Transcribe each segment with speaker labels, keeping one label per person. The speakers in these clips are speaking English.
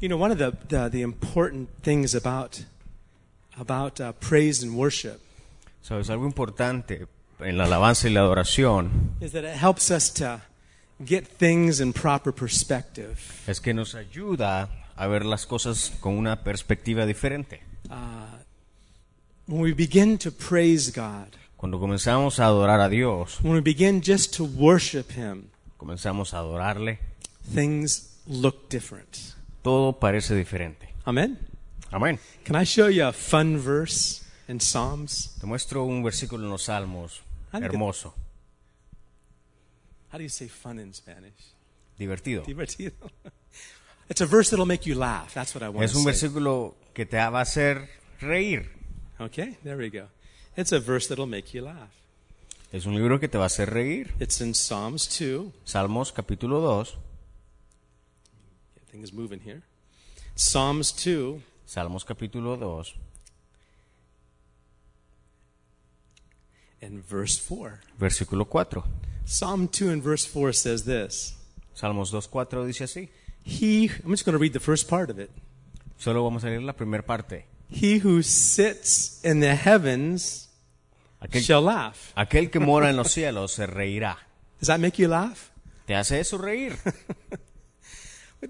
Speaker 1: You know, one of the, the, the important things about, about uh, praise and worship
Speaker 2: Sabes, algo importante en la alabanza y la adoración
Speaker 1: is that it helps us to get things in proper perspective.
Speaker 2: es que nos ayuda a ver las cosas con una perspectiva diferente.
Speaker 1: When we begin to praise God,
Speaker 2: Cuando comenzamos a adorar a Dios,
Speaker 1: when we begin just to worship Him,
Speaker 2: comenzamos a adorarle,
Speaker 1: things look different.
Speaker 2: todo parece diferente.
Speaker 1: Amen?
Speaker 2: Amén.
Speaker 1: Can I show you a fun verse in Psalms?
Speaker 2: Te muestro un versículo en los Salmos,
Speaker 1: Ah, mira.
Speaker 2: hermoso,
Speaker 1: How do you say fun in Spanish?
Speaker 2: divertido.
Speaker 1: Divertido. It's a verse that'll make you laugh. That's what I want
Speaker 2: Es
Speaker 1: to
Speaker 2: un
Speaker 1: say.
Speaker 2: versículo que te va a hacer reír.
Speaker 1: Okay, there we go. It's a verse that'll make you laugh.
Speaker 2: Es un libro que te va a hacer reír.
Speaker 1: It's in Psalms 2.
Speaker 2: Salmos capítulo 2,
Speaker 1: Get things moving here. Psalms 2,
Speaker 2: Salmos capítulo 2,
Speaker 1: and verse 4.
Speaker 2: versículo 4.
Speaker 1: Psalm 2 and verse 4 says this
Speaker 2: Salmos 2, 4 dice así.
Speaker 1: He, I'm just going to read the first part of it.
Speaker 2: Solo vamos a leer la primera parte.
Speaker 1: He who sits in the heavens
Speaker 2: Aquel,
Speaker 1: shall laugh.
Speaker 2: aquel que mora en los cielos se reirá.
Speaker 1: Does that make you laugh?
Speaker 2: ¿Te hace eso reír?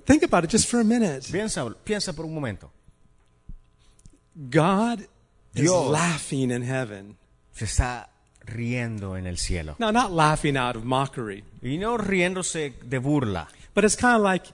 Speaker 1: Think about it just for a minute.
Speaker 2: Piensa, piensa por un momento.
Speaker 1: God is
Speaker 2: Dios.
Speaker 1: laughing in heaven.
Speaker 2: Se está riendo en el cielo.
Speaker 1: Now, not laughing out of mockery,
Speaker 2: Y no riéndose de burla.
Speaker 1: but it's kind of like,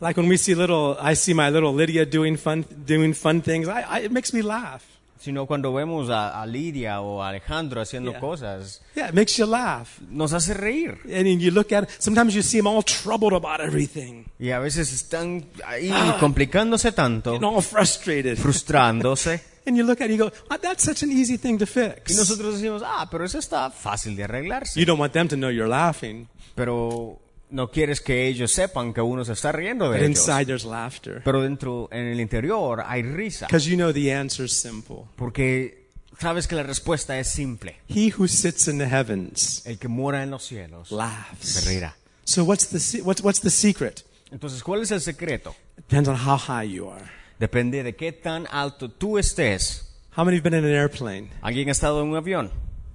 Speaker 1: like when we see little, I see my little Lydia doing fun, doing fun things. I, I, it makes me laugh.
Speaker 2: sino cuando vemos a, a Lidia o a Alejandro haciendo
Speaker 1: Yeah.
Speaker 2: cosas,
Speaker 1: Yeah, it makes you laugh.
Speaker 2: nos hace reír.
Speaker 1: And then you look at sometimes you see them all troubled about everything
Speaker 2: Y a veces están ahí complicándose tanto,
Speaker 1: and all frustrated.
Speaker 2: frustrándose.
Speaker 1: And you look at it, you go, "Ah, that's such an easy thing to
Speaker 2: Y
Speaker 1: fix.
Speaker 2: nosotros decimos, ah, pero eso está fácil de arreglarse.
Speaker 1: You don't want them to know you're laughing,
Speaker 2: Pero no quieres que ellos sepan que uno se está riendo
Speaker 1: but
Speaker 2: de ellos.
Speaker 1: inside there's laughter
Speaker 2: Pero dentro, en el interior, hay risa.
Speaker 1: because you know the answer's simple.
Speaker 2: Porque sabes que la respuesta es simple.
Speaker 1: He who sits in the heavens
Speaker 2: El que mora en los cielos se
Speaker 1: laughs.
Speaker 2: reirá.
Speaker 1: So what's the se- what's what's the secret?
Speaker 2: Entonces, ¿cuál es el secreto?
Speaker 1: Depends on how high you are.
Speaker 2: Depende de qué tan alto tú estés.
Speaker 1: How many have been in an airplane?
Speaker 2: ¿Alguien ha estado en un avión?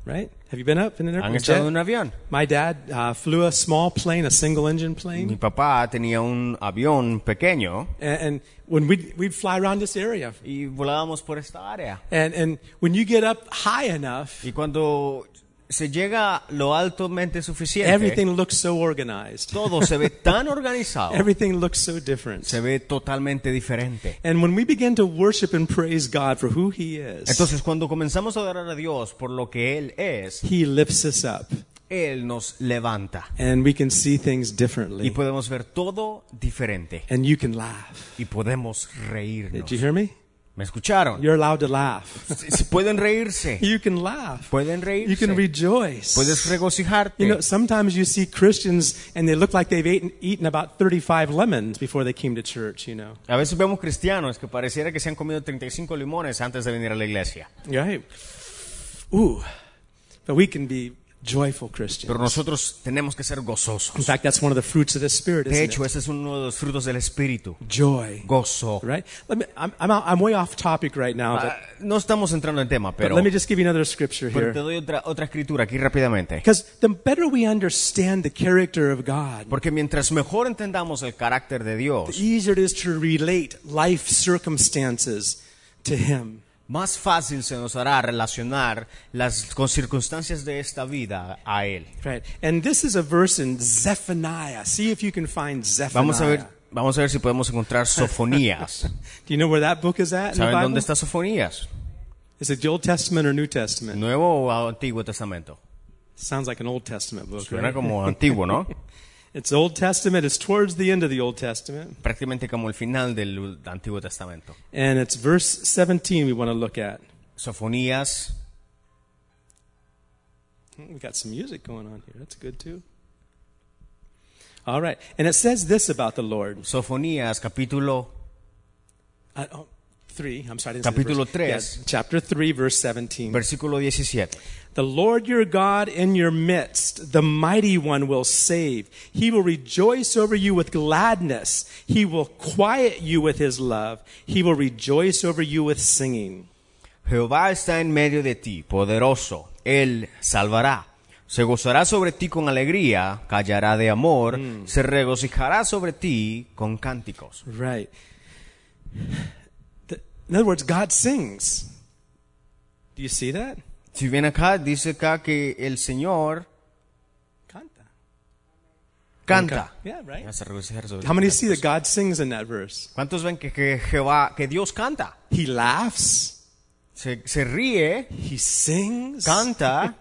Speaker 1: Right? Have you been up in an
Speaker 2: ¿Han
Speaker 1: airplane?
Speaker 2: estado
Speaker 1: Jet?
Speaker 2: en un avión?
Speaker 1: My dad uh, flew a small plane, a single engine plane.
Speaker 2: Mi papá tenía un avión pequeño
Speaker 1: And, and when we'd, we'd fly around this area,
Speaker 2: y volábamos por esta área.
Speaker 1: and, and when you get up high enough,
Speaker 2: Y cuando se llega lo altamente suficiente,
Speaker 1: everything looks so organized.
Speaker 2: todo se ve tan organizado,
Speaker 1: Everything looks so different.
Speaker 2: se ve totalmente diferente.
Speaker 1: And when we begin to worship and praise God for who He is,
Speaker 2: Entonces, cuando comenzamos a adorar a Dios por lo que Él es,
Speaker 1: He lifts us up
Speaker 2: Él nos levanta
Speaker 1: and we can see things
Speaker 2: y
Speaker 1: differently.
Speaker 2: podemos ver todo diferente
Speaker 1: And you can laugh.
Speaker 2: y podemos reírnos.
Speaker 1: Did you hear me?
Speaker 2: ¿Me escucharon?
Speaker 1: You're allowed to laugh.
Speaker 2: Si- si Pueden reírse,
Speaker 1: You can laugh.
Speaker 2: pueden
Speaker 1: You can
Speaker 2: reírse, puedes
Speaker 1: rejoice.
Speaker 2: regocijarte.
Speaker 1: You know, sometimes you see Christians and they look like they've eaten, eaten about 35 lemons before they came to church, you know.
Speaker 2: A veces vemos cristianos que pareciera que se han comido 35 limones antes de venir a la iglesia.
Speaker 1: Right. Ooh. But we can be joyful Christians.
Speaker 2: Pero nosotros tenemos que ser
Speaker 1: In
Speaker 2: gozosos.
Speaker 1: fact, that's one of the fruits of the Spirit,
Speaker 2: De
Speaker 1: isn't
Speaker 2: hecho,
Speaker 1: it?
Speaker 2: ese es uno de los frutos del Espíritu.
Speaker 1: Joy.
Speaker 2: Gozo.
Speaker 1: Right? Let me, I'm, I'm, out- I'm way off topic right now, but,
Speaker 2: Ah, no estamos entrando en tema,
Speaker 1: but
Speaker 2: pero,
Speaker 1: let me just give you another scripture
Speaker 2: pero te
Speaker 1: here.
Speaker 2: doy otra, otra escritura aquí rápidamente.
Speaker 1: Because the better we understand the character of God,
Speaker 2: Porque mientras mejor entendamos el carácter de
Speaker 1: the
Speaker 2: Dios,
Speaker 1: easier it is to relate life circumstances to Him.
Speaker 2: más fácil se nos hará relacionar las con circunstancias de esta vida a Él.
Speaker 1: Right? And this is a verse in Zephaniah. See if you can find Zephaniah.
Speaker 2: Vamos a ver, vamos a ver si podemos encontrar sofonías.
Speaker 1: Do you know where that book is at in the
Speaker 2: ¿Saben
Speaker 1: Bible?
Speaker 2: dónde está sofonías?
Speaker 1: Is it the Old Testament or New Testament?
Speaker 2: ¿Nuevo o Antiguo Testamento?
Speaker 1: Sounds like an Old Testament book.
Speaker 2: Suena
Speaker 1: Right?
Speaker 2: como antiguo, ¿no?
Speaker 1: It's Old Testament. It's towards the end of the Old Testament,
Speaker 2: Prácticamente como el final del Antiguo Testamento.
Speaker 1: and it's verse 17 we want to look at.
Speaker 2: Sofonías,
Speaker 1: We got some music going on here. That's good too. All right, and it says this about the Lord.
Speaker 2: Sofonías capítulo
Speaker 1: I, oh, 3. I'm sorry, I didn't say the
Speaker 2: Capítulo
Speaker 1: verse.
Speaker 2: tres.
Speaker 1: Yeah, chapter 3, verse 17.
Speaker 2: versículo 17.
Speaker 1: The Lord your God in your midst, the mighty one will save. He will rejoice over you with gladness. He will quiet you with his love. He will rejoice over you with singing.
Speaker 2: Jehová está en medio de ti, poderoso, él salvará. Se gozará sobre ti con alegría, callará de amor,
Speaker 1: Mm.
Speaker 2: se regocijará sobre ti con cánticos.
Speaker 1: Right. The- In other words, God sings. Do you see that?
Speaker 2: Si bien acá dice acá que el Señor
Speaker 1: Canta.
Speaker 2: canta.
Speaker 1: Yeah, right.
Speaker 2: Se regocijará sobre
Speaker 1: How
Speaker 2: ti.
Speaker 1: many see that God sings in that verse?
Speaker 2: ¿Cuántos ven que, que Jehová, que Dios canta?
Speaker 1: He laughs.
Speaker 2: Se, se ríe,
Speaker 1: He sings.
Speaker 2: canta,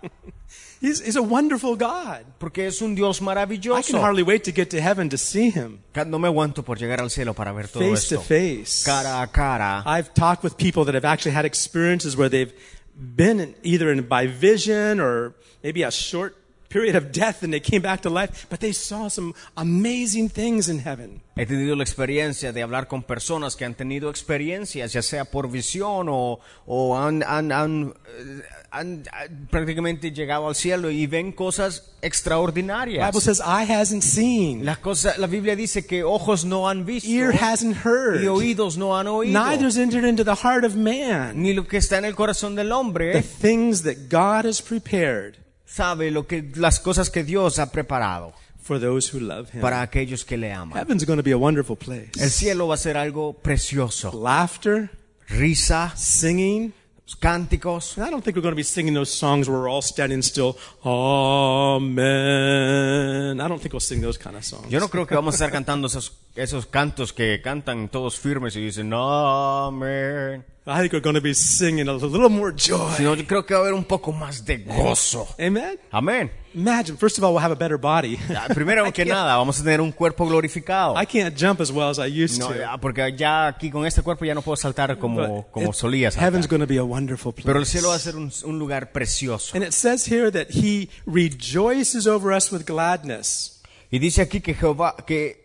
Speaker 1: He's, he's a wonderful God.
Speaker 2: porque es un Dios
Speaker 1: I can
Speaker 2: maravilloso.
Speaker 1: hardly wait to get to heaven to see him
Speaker 2: Ca- No me aguanto por llegar al cielo para ver todo
Speaker 1: face to
Speaker 2: esto.
Speaker 1: face.
Speaker 2: Cara a cara.
Speaker 1: I've talked with people that have actually had experiences where they've been in, either in, by vision or maybe a short period of death and they came back to life, but they saw some amazing things in heaven.
Speaker 2: He tenido la experiencia de hablar con personas que han tenido experiencias, ya sea por visión o, o han, han- han, eh, han, eh, prácticamente llegado al cielo y ven cosas
Speaker 1: The Bible
Speaker 2: extraordinarias.
Speaker 1: says, eye hasn't seen,
Speaker 2: Las cosas, la Biblia dice que ojos no han visto
Speaker 1: ear hasn't
Speaker 2: y
Speaker 1: heard,
Speaker 2: oídos no han oído,
Speaker 1: neither's entered into the heart of man.
Speaker 2: ni lo que está en el corazón del
Speaker 1: The
Speaker 2: hombre
Speaker 1: things that God has prepared
Speaker 2: sabe lo que las cosas que Dios ha preparado
Speaker 1: for those who love Him.
Speaker 2: para aquellos que le aman.
Speaker 1: Heaven's going to be a wonderful
Speaker 2: El
Speaker 1: place.
Speaker 2: cielo va a ser algo precioso,
Speaker 1: Laughter,
Speaker 2: risa,
Speaker 1: singing,
Speaker 2: cánticos.
Speaker 1: And I don't think we're going to be singing those songs where we're all standing still. Amen. I don't think we'll sing those kind of songs.
Speaker 2: Yo no creo que vamos a estar cantando esos, esos cantos que cantan todos firmes y dicen, amén.
Speaker 1: I think we're going to be singing a little more joy.
Speaker 2: Sino yo creo que va a haber un poco más de gozo.
Speaker 1: Amen.
Speaker 2: Amén.
Speaker 1: Imagine, first of all, we'll have a better body.
Speaker 2: Ya, Primero que nada, vamos a tener un cuerpo glorificado.
Speaker 1: I can't jump as well as I used
Speaker 2: No,
Speaker 1: to.
Speaker 2: ya, porque ya aquí con este cuerpo ya no puedo saltar como,
Speaker 1: But
Speaker 2: como
Speaker 1: it-
Speaker 2: solía saltar.
Speaker 1: heaven's going to be a wonderful place.
Speaker 2: Pero el cielo va a ser un, un lugar precioso.
Speaker 1: And it says here that he rejoices over us with gladness.
Speaker 2: Y dice aquí que Jehová, que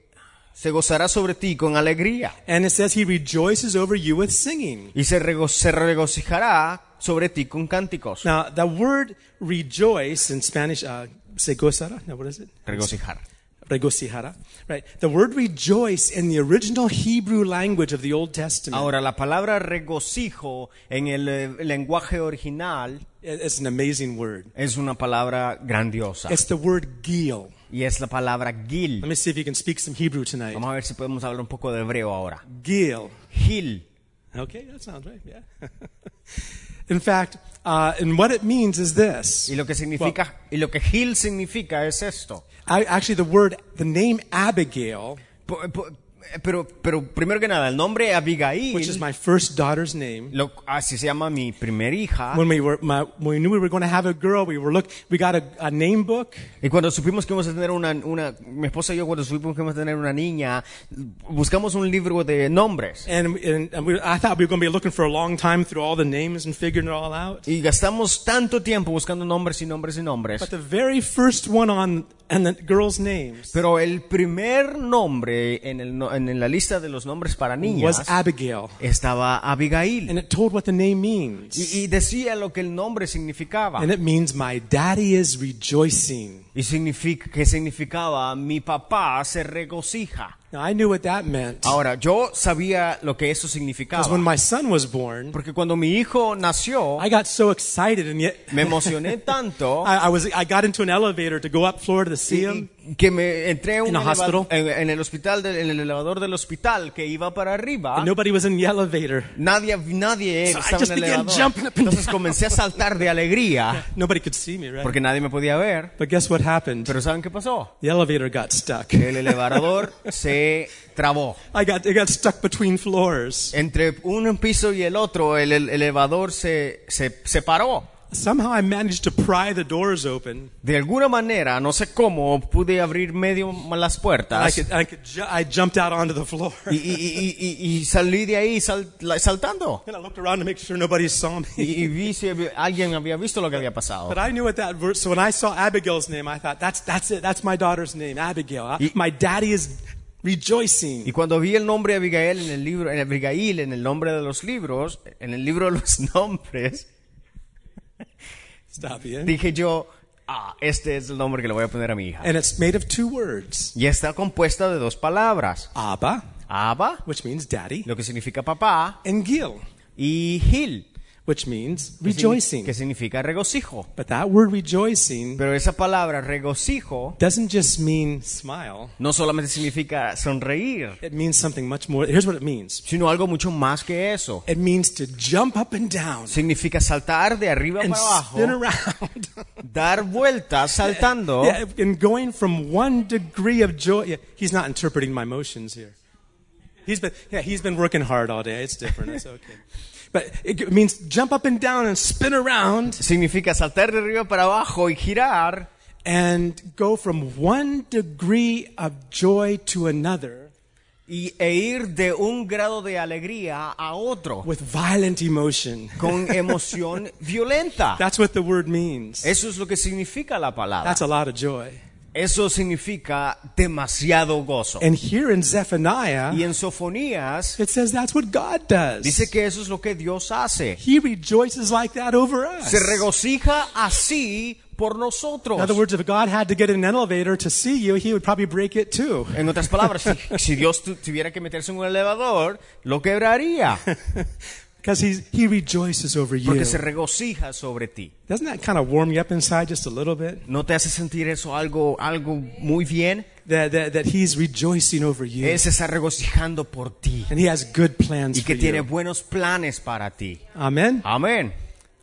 Speaker 2: se gozará sobre ti con alegría.
Speaker 1: And it says he rejoices over you with singing.
Speaker 2: Y se, rego- se regocijará sobre ti con cánticos.
Speaker 1: Now, the word rejoice in Spanish, uh, se gozará? No, what is it?
Speaker 2: Regocijar.
Speaker 1: regocijara. Right. The word rejoice in the original Hebrew language of the Old Testament
Speaker 2: Ahora, la palabra regocijo en el eh, lenguaje original
Speaker 1: is an amazing word.
Speaker 2: es una palabra grandiosa
Speaker 1: It's the word gil.
Speaker 2: y es la palabra
Speaker 1: Let
Speaker 2: gil.
Speaker 1: me see if you can speak some Hebrew tonight.
Speaker 2: Vamos a ver si podemos hablar un poco de hebreo ahora.
Speaker 1: Gil.
Speaker 2: Gil.
Speaker 1: Okay, that sounds right. Yeah. in fact, uh, and what it means is this.
Speaker 2: Y lo que significa y lo que gil significa es esto.
Speaker 1: I, actually, the word, the name Abigail,
Speaker 2: Po- po- eh, Pero, pero primero que nada, el nombre
Speaker 1: which is
Speaker 2: Abigail,
Speaker 1: my first daughter's name.
Speaker 2: lo- así se llama mi primer hija.
Speaker 1: When we were, my, when we knew we were going to have a girl, we were look, we got a, a name book.
Speaker 2: Y cuando supimos que íbamos a tener una, una, mi esposa y yo cuando supimos que íbamos a tener una niña, buscamos un libro de nombres.
Speaker 1: And, and, and we, I thought we were going to be looking for a long time through all the names and figuring it all out.
Speaker 2: Y gastamos tanto tiempo buscando nombres y nombres y nombres.
Speaker 1: But the very first one on, and the girls' names
Speaker 2: Pero el primer nombre en, el no- en la lista de los nombres para niñas
Speaker 1: was Abigail.
Speaker 2: estaba Abigail.
Speaker 1: And it told what the name means.
Speaker 2: Y, y decía lo que el nombre significaba.
Speaker 1: And it means, my daddy is rejoicing.
Speaker 2: Y significa, que significaba mi papá se regocija.
Speaker 1: Now, I knew what that meant.
Speaker 2: Ahora, yo sabía lo que eso
Speaker 1: Because when
Speaker 2: significaba.
Speaker 1: my son was born,
Speaker 2: Porque cuando mi hijo nació,
Speaker 1: I got so excited and yet
Speaker 2: me emocioné tanto
Speaker 1: I, I was, I got into an elevator to go up floor to see him.
Speaker 2: y- que me entré en,
Speaker 1: In
Speaker 2: un
Speaker 1: a
Speaker 2: eleva-
Speaker 1: hospital.
Speaker 2: en, en el hospital, del- en el elevador del hospital que iba para arriba.
Speaker 1: And nobody was in the elevator.
Speaker 2: Nadie, nadie
Speaker 1: So I
Speaker 2: estaba
Speaker 1: just
Speaker 2: en el
Speaker 1: began
Speaker 2: elevador.
Speaker 1: jumping up and
Speaker 2: Entonces
Speaker 1: down.
Speaker 2: comencé a saltar de alegría
Speaker 1: Nobody could see me, right?
Speaker 2: porque nadie me podía ver.
Speaker 1: But guess what happened?
Speaker 2: Pero ¿saben qué pasó?
Speaker 1: The elevator got stuck.
Speaker 2: El elevador se trabó.
Speaker 1: I got, it got stuck between floors.
Speaker 2: Entre un piso y el otro, el, el elevador se, se separó.
Speaker 1: Somehow I managed to pry the doors open.
Speaker 2: De alguna manera, no sé cómo, pude abrir medio las
Speaker 1: I
Speaker 2: puertas.
Speaker 1: could, I could, ju- I jumped out onto the floor.
Speaker 2: Y, y- y- y- y salí de ahí sal- la- saltando.
Speaker 1: And I looked around to make sure nobody saw me.
Speaker 2: Y, y vi si había- alguien había visto lo que había pasado.
Speaker 1: But I knew what that verse. So when I saw Abigail's name, I thought, "That's that's it. That's my daughter's name, Abigail. I- my daddy is rejoicing.
Speaker 2: Y cuando vi el nombre de Abigail en el libro, en Abigail en el nombre de los libros, en el libro de los nombres,
Speaker 1: Está bien.
Speaker 2: dije yo, ah, este es el nombre que le voy a poner a mi hija.
Speaker 1: And it's made of two words.
Speaker 2: Y está compuesta de dos palabras,
Speaker 1: Abba,
Speaker 2: Abba,
Speaker 1: which means daddy,
Speaker 2: lo que significa papá,
Speaker 1: and Gil,
Speaker 2: y Gil,
Speaker 1: which means
Speaker 2: que signi-
Speaker 1: rejoicing.
Speaker 2: que significa regocijo.
Speaker 1: But that word rejoicing
Speaker 2: Pero esa palabra regocijo
Speaker 1: doesn't just mean smile.
Speaker 2: no solamente significa sonreír,
Speaker 1: It means something much more. Here's what it means.
Speaker 2: sino algo mucho más que eso.
Speaker 1: It means to jump up and down
Speaker 2: Significa saltar de arriba
Speaker 1: and
Speaker 2: para abajo,
Speaker 1: spin around.
Speaker 2: dar vueltas saltando.
Speaker 1: yeah, and going from one degree of joy. Yeah, he's not interpreting my motions here. He's been, yeah, he's been working hard all day. It's different. It's okay. But it means jump up and down and spin around
Speaker 2: Significa saltar de arriba para abajo y girar
Speaker 1: and go from one degree of joy to another
Speaker 2: y, e ir de un grado de alegría a otro
Speaker 1: with violent emotion.
Speaker 2: con emoción violenta.
Speaker 1: That's what the word means.
Speaker 2: Eso es lo que significa la palabra.
Speaker 1: That's a lot of joy.
Speaker 2: Eso significa demasiado gozo.
Speaker 1: And here in Zephaniah,
Speaker 2: Y en Sofonías
Speaker 1: It says that's what God does.
Speaker 2: dice que eso es lo que Dios hace.
Speaker 1: he rejoices like that over us.
Speaker 2: se regocija así por nosotros.
Speaker 1: In other words, if God had to get in an elevator to see you, he would probably break it too.
Speaker 2: En otras palabras, si, si Dios tu- tuviera que meterse en un elevador, lo quebraría,
Speaker 1: Because he rejoices over you.
Speaker 2: porque se regocija sobre ti.
Speaker 1: Doesn't that kind of warm you up inside just a little bit?
Speaker 2: ¿No te hace sentir eso algo, algo muy bien?
Speaker 1: That, that, that he's rejoicing over you.
Speaker 2: Él se está regocijando por ti
Speaker 1: and he has good plans
Speaker 2: y que
Speaker 1: for
Speaker 2: tiene
Speaker 1: you.
Speaker 2: buenos planes para ti.
Speaker 1: Amen?
Speaker 2: Amén.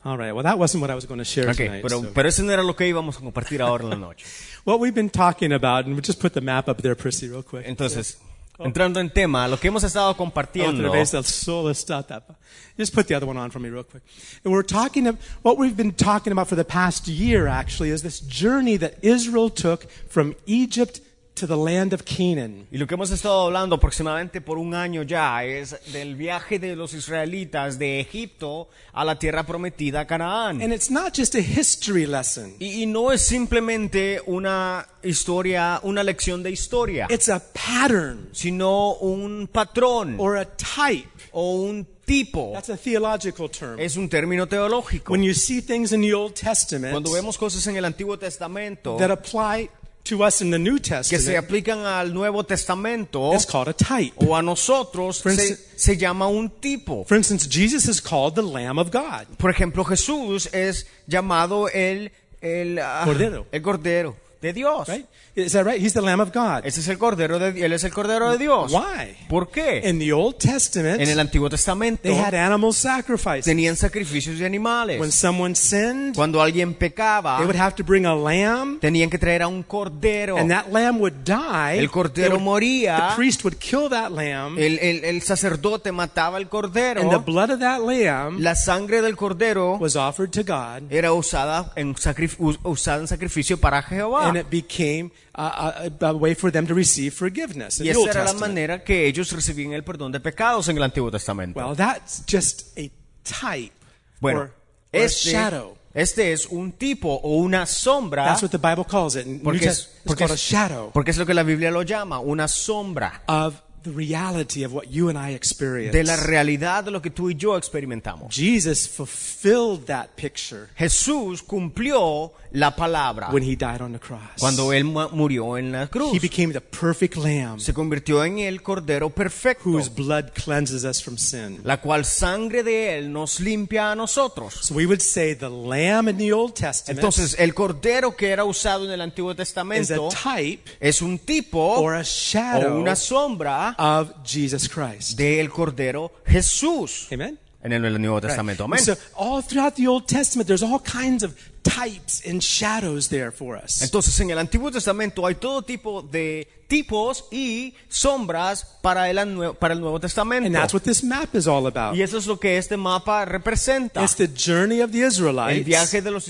Speaker 1: All right. Well, that wasn't what I was going to share
Speaker 2: Ok,
Speaker 1: tonight.
Speaker 2: pero,
Speaker 1: so.
Speaker 2: pero eso no era lo que íbamos a compartir ahora en la noche.
Speaker 1: What we've been talking about, and we'll just put the map up there, Prissy, real quick.
Speaker 2: Entonces, Oh. entrando en tema, lo que hemos estado
Speaker 1: Otra
Speaker 2: compartiendo,
Speaker 1: vez el sol está tapa- Just put the other one on for me real quick. And we're talking of what we've been talking about for the past year actually is this journey that Israel took from Egypt to the land of Canaan.
Speaker 2: Y lo que hemos estado hablando aproximadamente por un año ya es del viaje de los israelitas de Egipto a la tierra prometida, Canaán.
Speaker 1: And it's not just a history lesson.
Speaker 2: Y, y no es simplemente una historia, una lección de historia,
Speaker 1: It's a pattern
Speaker 2: sino un patrón
Speaker 1: or a type.
Speaker 2: o un tipo.
Speaker 1: That's a theological term.
Speaker 2: Es un término teológico.
Speaker 1: When you see things in the Old Testament
Speaker 2: Cuando vemos cosas en el Antiguo Testamento
Speaker 1: that apply to us in the New
Speaker 2: que se
Speaker 1: Testament,
Speaker 2: aplican al Nuevo Testamento
Speaker 1: it's called a type.
Speaker 2: o a nosotros,
Speaker 1: For
Speaker 2: se,
Speaker 1: instance-
Speaker 2: se llama un tipo.
Speaker 1: For instance, Jesus is called the Lamb of God.
Speaker 2: Por ejemplo, Jesús es llamado el, el ah,
Speaker 1: Cordero.
Speaker 2: El cordero de Dios.
Speaker 1: Right? Is that right? He's the Lamb of God.
Speaker 2: Ese es el cordero de él es el cordero de Dios.
Speaker 1: Why?
Speaker 2: ¿Por qué?
Speaker 1: In the Old Testament,
Speaker 2: en el Antiguo Testamento
Speaker 1: they had animal sacrifices.
Speaker 2: tenían sacrificios de animales.
Speaker 1: When someone sinned,
Speaker 2: Cuando alguien pecaba,
Speaker 1: they would have to bring a lamb,
Speaker 2: tenían que traer a un cordero.
Speaker 1: and that lamb would die.
Speaker 2: Oh. El
Speaker 1: They
Speaker 2: cordero
Speaker 1: would- the
Speaker 2: moría.
Speaker 1: priest would kill that lamb,
Speaker 2: El, el- el sacerdote mataba al
Speaker 1: and the
Speaker 2: cordero.
Speaker 1: blood Pues, of that lamb
Speaker 2: La sangre del cordero
Speaker 1: was offered to God,
Speaker 2: era usada en, sacrif- us- usada en sacrificio para Jehová.
Speaker 1: and it became a, a, a way for them to receive forgiveness. in
Speaker 2: Y
Speaker 1: the Old
Speaker 2: esa era la
Speaker 1: Testament.
Speaker 2: manera que ellos recibían el perdón de pecados en el Antiguo Testamento.
Speaker 1: Well, that's just a type or,
Speaker 2: Bueno,
Speaker 1: or a
Speaker 2: este,
Speaker 1: shadow.
Speaker 2: este es un tipo o una sombra,
Speaker 1: That's what the Bible calls it. In New
Speaker 2: porque
Speaker 1: Test-
Speaker 2: es,
Speaker 1: it's
Speaker 2: porque,
Speaker 1: called a
Speaker 2: es,
Speaker 1: shadow.
Speaker 2: porque es lo que la Biblia lo llama, una sombra
Speaker 1: of the reality of what you and I experience.
Speaker 2: de la realidad de lo que tú y yo experimentamos.
Speaker 1: Jesus fulfilled that picture
Speaker 2: Jesús cumplió la palabra
Speaker 1: when he died on the cross.
Speaker 2: cuando él mu- murió en la
Speaker 1: he
Speaker 2: cruz.
Speaker 1: became the perfect lamb
Speaker 2: Se convirtió en el Cordero perfecto,
Speaker 1: whose blood cleanses us from sin.
Speaker 2: la cual sangre de él nos limpia a nosotros.
Speaker 1: So we would say the lamb in the Old Testament
Speaker 2: Entonces, el Cordero que era usado en el Antiguo
Speaker 1: is a
Speaker 2: Testamento
Speaker 1: type
Speaker 2: es un tipo
Speaker 1: or a
Speaker 2: o
Speaker 1: shadow
Speaker 2: una sombra
Speaker 1: of Jesus Christ.
Speaker 2: del Cordero Jesús
Speaker 1: Amen.
Speaker 2: en el Nuevo Testamento. Amén.
Speaker 1: So all throughout the Old Testament there's all kinds of types and shadows there for us.
Speaker 2: Entonces, en el Antiguo Testamento hay todo tipo de tipos y sombras para el, anue- para el Nuevo
Speaker 1: And that's
Speaker 2: Testamento.
Speaker 1: what this map is all about.
Speaker 2: Y eso es lo que este mapa representa.
Speaker 1: It's the journey of the
Speaker 2: El
Speaker 1: Israelites
Speaker 2: viaje de los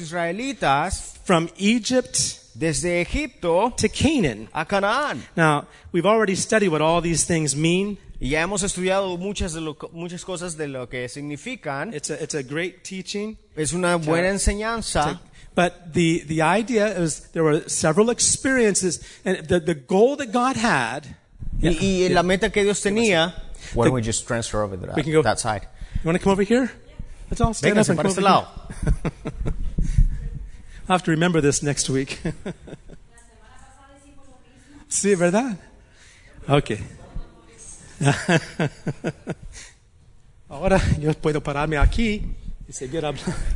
Speaker 2: israelitas
Speaker 1: from Egypt
Speaker 2: desde Egipto
Speaker 1: to Canaan.
Speaker 2: a Canaán.
Speaker 1: Now, we've already studied what all these things mean.
Speaker 2: Y ya hemos estudiado muchas, de lo- muchas cosas de lo que significan.
Speaker 1: It's a, it's a great teaching.
Speaker 2: Es una buena enseñanza.
Speaker 1: But the, the idea is there were several experiences, and the, the goal that God had
Speaker 2: Y, y la meta que Dios tenía. pues Why don't we just transfer over to that,
Speaker 1: We can go-
Speaker 2: that side?
Speaker 1: You want to come over here? Let's all stand up
Speaker 2: Vénganse
Speaker 1: and
Speaker 2: para
Speaker 1: come
Speaker 2: este
Speaker 1: over here.
Speaker 2: lado.
Speaker 1: I'll have to remember this next week. sí, ¿verdad? Ok. Ahora yo puedo pararme aquí y seguir hablando.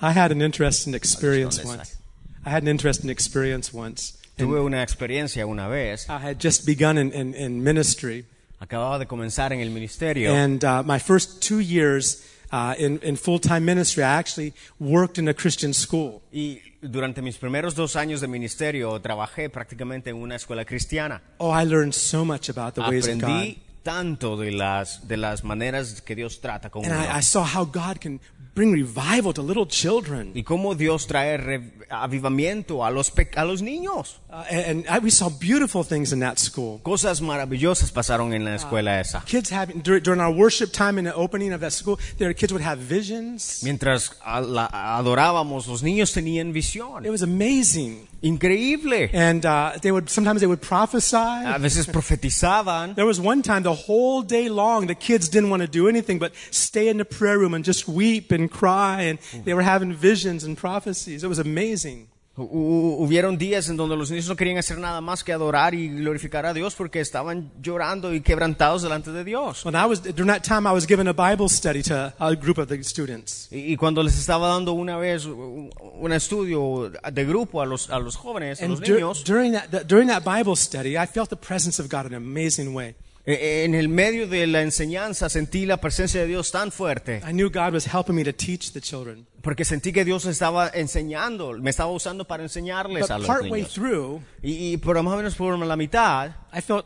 Speaker 1: I had an interesting experience
Speaker 2: this
Speaker 1: once. I had an interesting experience once.
Speaker 2: Tuve una experiencia una vez.
Speaker 1: I had just begun in, in, in ministry.
Speaker 2: Acababa de comenzar en el ministerio.
Speaker 1: And uh, my first two years uh, in, in full time ministry, I actually worked in a Christian school.
Speaker 2: Y durante mis primeros dos años de ministerio trabajé prácticamente en una escuela cristiana.
Speaker 1: Oh, I learned so much about the ways of God.
Speaker 2: Aprendí tanto de las, de las maneras que Dios trata con
Speaker 1: And
Speaker 2: uno.
Speaker 1: I, I saw how God can bring revival to little children.
Speaker 2: Y cómo Dios trae re- avivamiento a los, pe- a los niños.
Speaker 1: Uh, and I, we saw beautiful things in that school.
Speaker 2: Cosas maravillosas pasaron en la escuela esa.
Speaker 1: Kids having, dur- during our worship time and the opening of that school, their kids would have visions.
Speaker 2: Mientras a- la- adorábamos, los niños tenían
Speaker 1: It
Speaker 2: visión.
Speaker 1: was amazing.
Speaker 2: Increíble.
Speaker 1: And uh, they would, sometimes they would
Speaker 2: A
Speaker 1: prophesy.
Speaker 2: veces profetizaban.
Speaker 1: There was one time the whole day long the kids didn't want to do anything but stay in the prayer room and just weep and cry and they were having visions and prophecies. It was amazing.
Speaker 2: Hu- hu- Hubieron días en donde los niños no querían hacer nada más que adorar y glorificar a Dios porque estaban llorando y quebrantados delante de Dios.
Speaker 1: When I was during that time, I was given a Bible study to a group of the students,
Speaker 2: Y y cuando les estaba dando una vez un un estudio de grupo a los, a los jóvenes, a
Speaker 1: and
Speaker 2: los
Speaker 1: dur-
Speaker 2: niños,
Speaker 1: during that, that- during that Bible study, I felt the presence of God in an amazing way.
Speaker 2: eh, en el medio de la enseñanza sentí la presencia de Dios tan fuerte
Speaker 1: I knew God was helping me to teach the children.
Speaker 2: porque sentí que Dios estaba enseñando, me estaba usando para enseñarles
Speaker 1: But
Speaker 2: a los
Speaker 1: partway
Speaker 2: niños.
Speaker 1: through,
Speaker 2: Y, y por más o menos por la mitad,
Speaker 1: I felt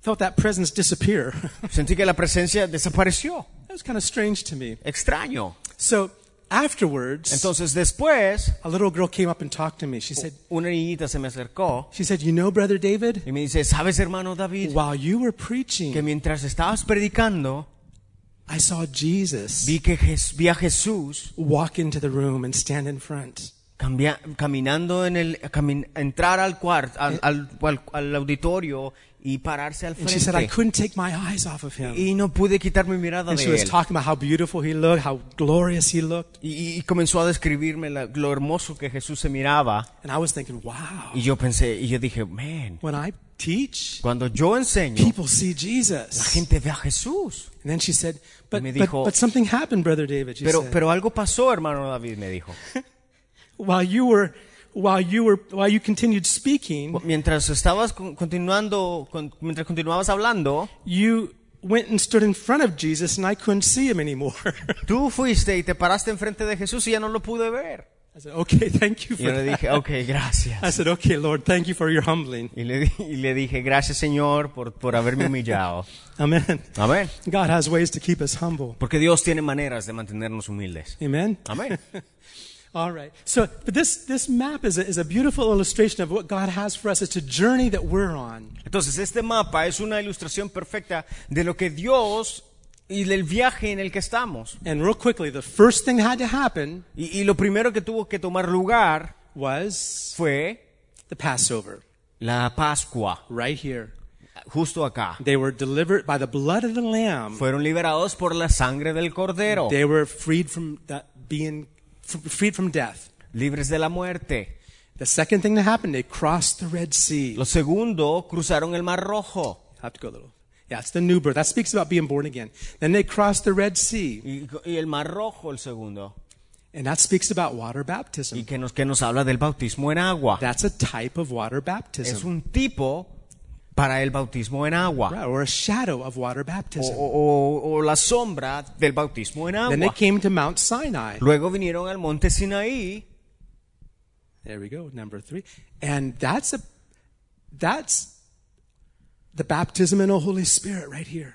Speaker 1: felt that presence disappear.
Speaker 2: sentí que la presencia desapareció.
Speaker 1: that was kind of strange to me.
Speaker 2: Extraño.
Speaker 1: So afterwards,
Speaker 2: Entonces después,
Speaker 1: a little girl came up and talked to me. She said,
Speaker 2: una niñita se me acercó
Speaker 1: "She said, you know, brother David,
Speaker 2: y me dice, ¿sabes hermano David?
Speaker 1: while you were
Speaker 2: Que
Speaker 1: preaching,
Speaker 2: mientras estabas predicando,
Speaker 1: I saw Jesus
Speaker 2: vi, que Jes- vi a Jesús
Speaker 1: walk into the room and stand in front."
Speaker 2: cambia- caminando en el, camin- entrar al cuarto, al, al- al- al auditorio y pararse al
Speaker 1: And she said, I
Speaker 2: frente.
Speaker 1: couldn't take my eyes off of him.
Speaker 2: Y no pude quitar mi mirada
Speaker 1: And she
Speaker 2: de
Speaker 1: was
Speaker 2: él.
Speaker 1: talking about how beautiful he looked, how glorious he looked.
Speaker 2: Y, y comenzó a describirme la- lo hermoso que Jesús se miraba.
Speaker 1: And I was thinking, wow,
Speaker 2: Y yo pensé, y yo dije, man,
Speaker 1: when I teach,
Speaker 2: cuando yo enseño,
Speaker 1: people see
Speaker 2: la
Speaker 1: Jesus. And
Speaker 2: gente ve a Jesús.
Speaker 1: then she said, but,
Speaker 2: Me
Speaker 1: but,
Speaker 2: dijo-
Speaker 1: but something happened, Brother David. She
Speaker 2: Pero,
Speaker 1: said,
Speaker 2: pero algo pasó, hermano David, me dijo.
Speaker 1: while you were, while you were, while you continued speaking,
Speaker 2: Mientras estabas con- continuando, con- mientras continuabas hablando,
Speaker 1: you went and stood in front of Jesus and I couldn't see him anymore.
Speaker 2: tú fuiste y te paraste enfrente de Jesús y ya no lo pude ver.
Speaker 1: I said, okay, thank you
Speaker 2: Y
Speaker 1: for
Speaker 2: yo le
Speaker 1: that.
Speaker 2: dije, ok, gracias.
Speaker 1: I said, okay, Lord, thank you for your humbling.
Speaker 2: Y le, di- y le dije, gracias Señor por, por haberme humillado.
Speaker 1: Amen.
Speaker 2: Amén.
Speaker 1: God has ways to keep us humble.
Speaker 2: Porque Dios tiene maneras de mantenernos humildes.
Speaker 1: Amen.
Speaker 2: Amén.
Speaker 1: All right. So, but this, this map is a, is a beautiful illustration of what God has for us. It's a journey that we're on.
Speaker 2: Entonces, este mapa es una ilustración perfecta de lo que Dios y del viaje en el que estamos.
Speaker 1: And real quickly, the first thing that had to happen
Speaker 2: Y, y lo primero que tuvo que tomar lugar
Speaker 1: was
Speaker 2: fue
Speaker 1: the Passover,
Speaker 2: la Pascua,
Speaker 1: right here.
Speaker 2: justo acá.
Speaker 1: They were delivered by the blood of the Lamb.
Speaker 2: Fueron liberados por la sangre del Cordero,
Speaker 1: They were freed from that being f- freed from death.
Speaker 2: libres de la muerte.
Speaker 1: The second thing that happened, they crossed the Red Sea.
Speaker 2: Lo segundo, cruzaron el Mar Rojo.
Speaker 1: I have to go a little. Yeah, it's the new birth. That speaks about being born again. Then they crossed the Red Sea,
Speaker 2: Y, y el Mar Rojo, el segundo.
Speaker 1: and that speaks about water
Speaker 2: Y
Speaker 1: baptism.
Speaker 2: que nos, que nos habla del bautismo en agua.
Speaker 1: That's a type of water baptism.
Speaker 2: Es un tipo para el bautismo en agua.
Speaker 1: Right, or a shadow of water
Speaker 2: O,
Speaker 1: baptism.
Speaker 2: o- o- o la sombra del bautismo en
Speaker 1: Then they
Speaker 2: agua.
Speaker 1: came to Mount Sinai.
Speaker 2: Luego vinieron al monte Sinaí.
Speaker 1: There we go, number three. And that's a that's the baptism in the Holy Spirit right here.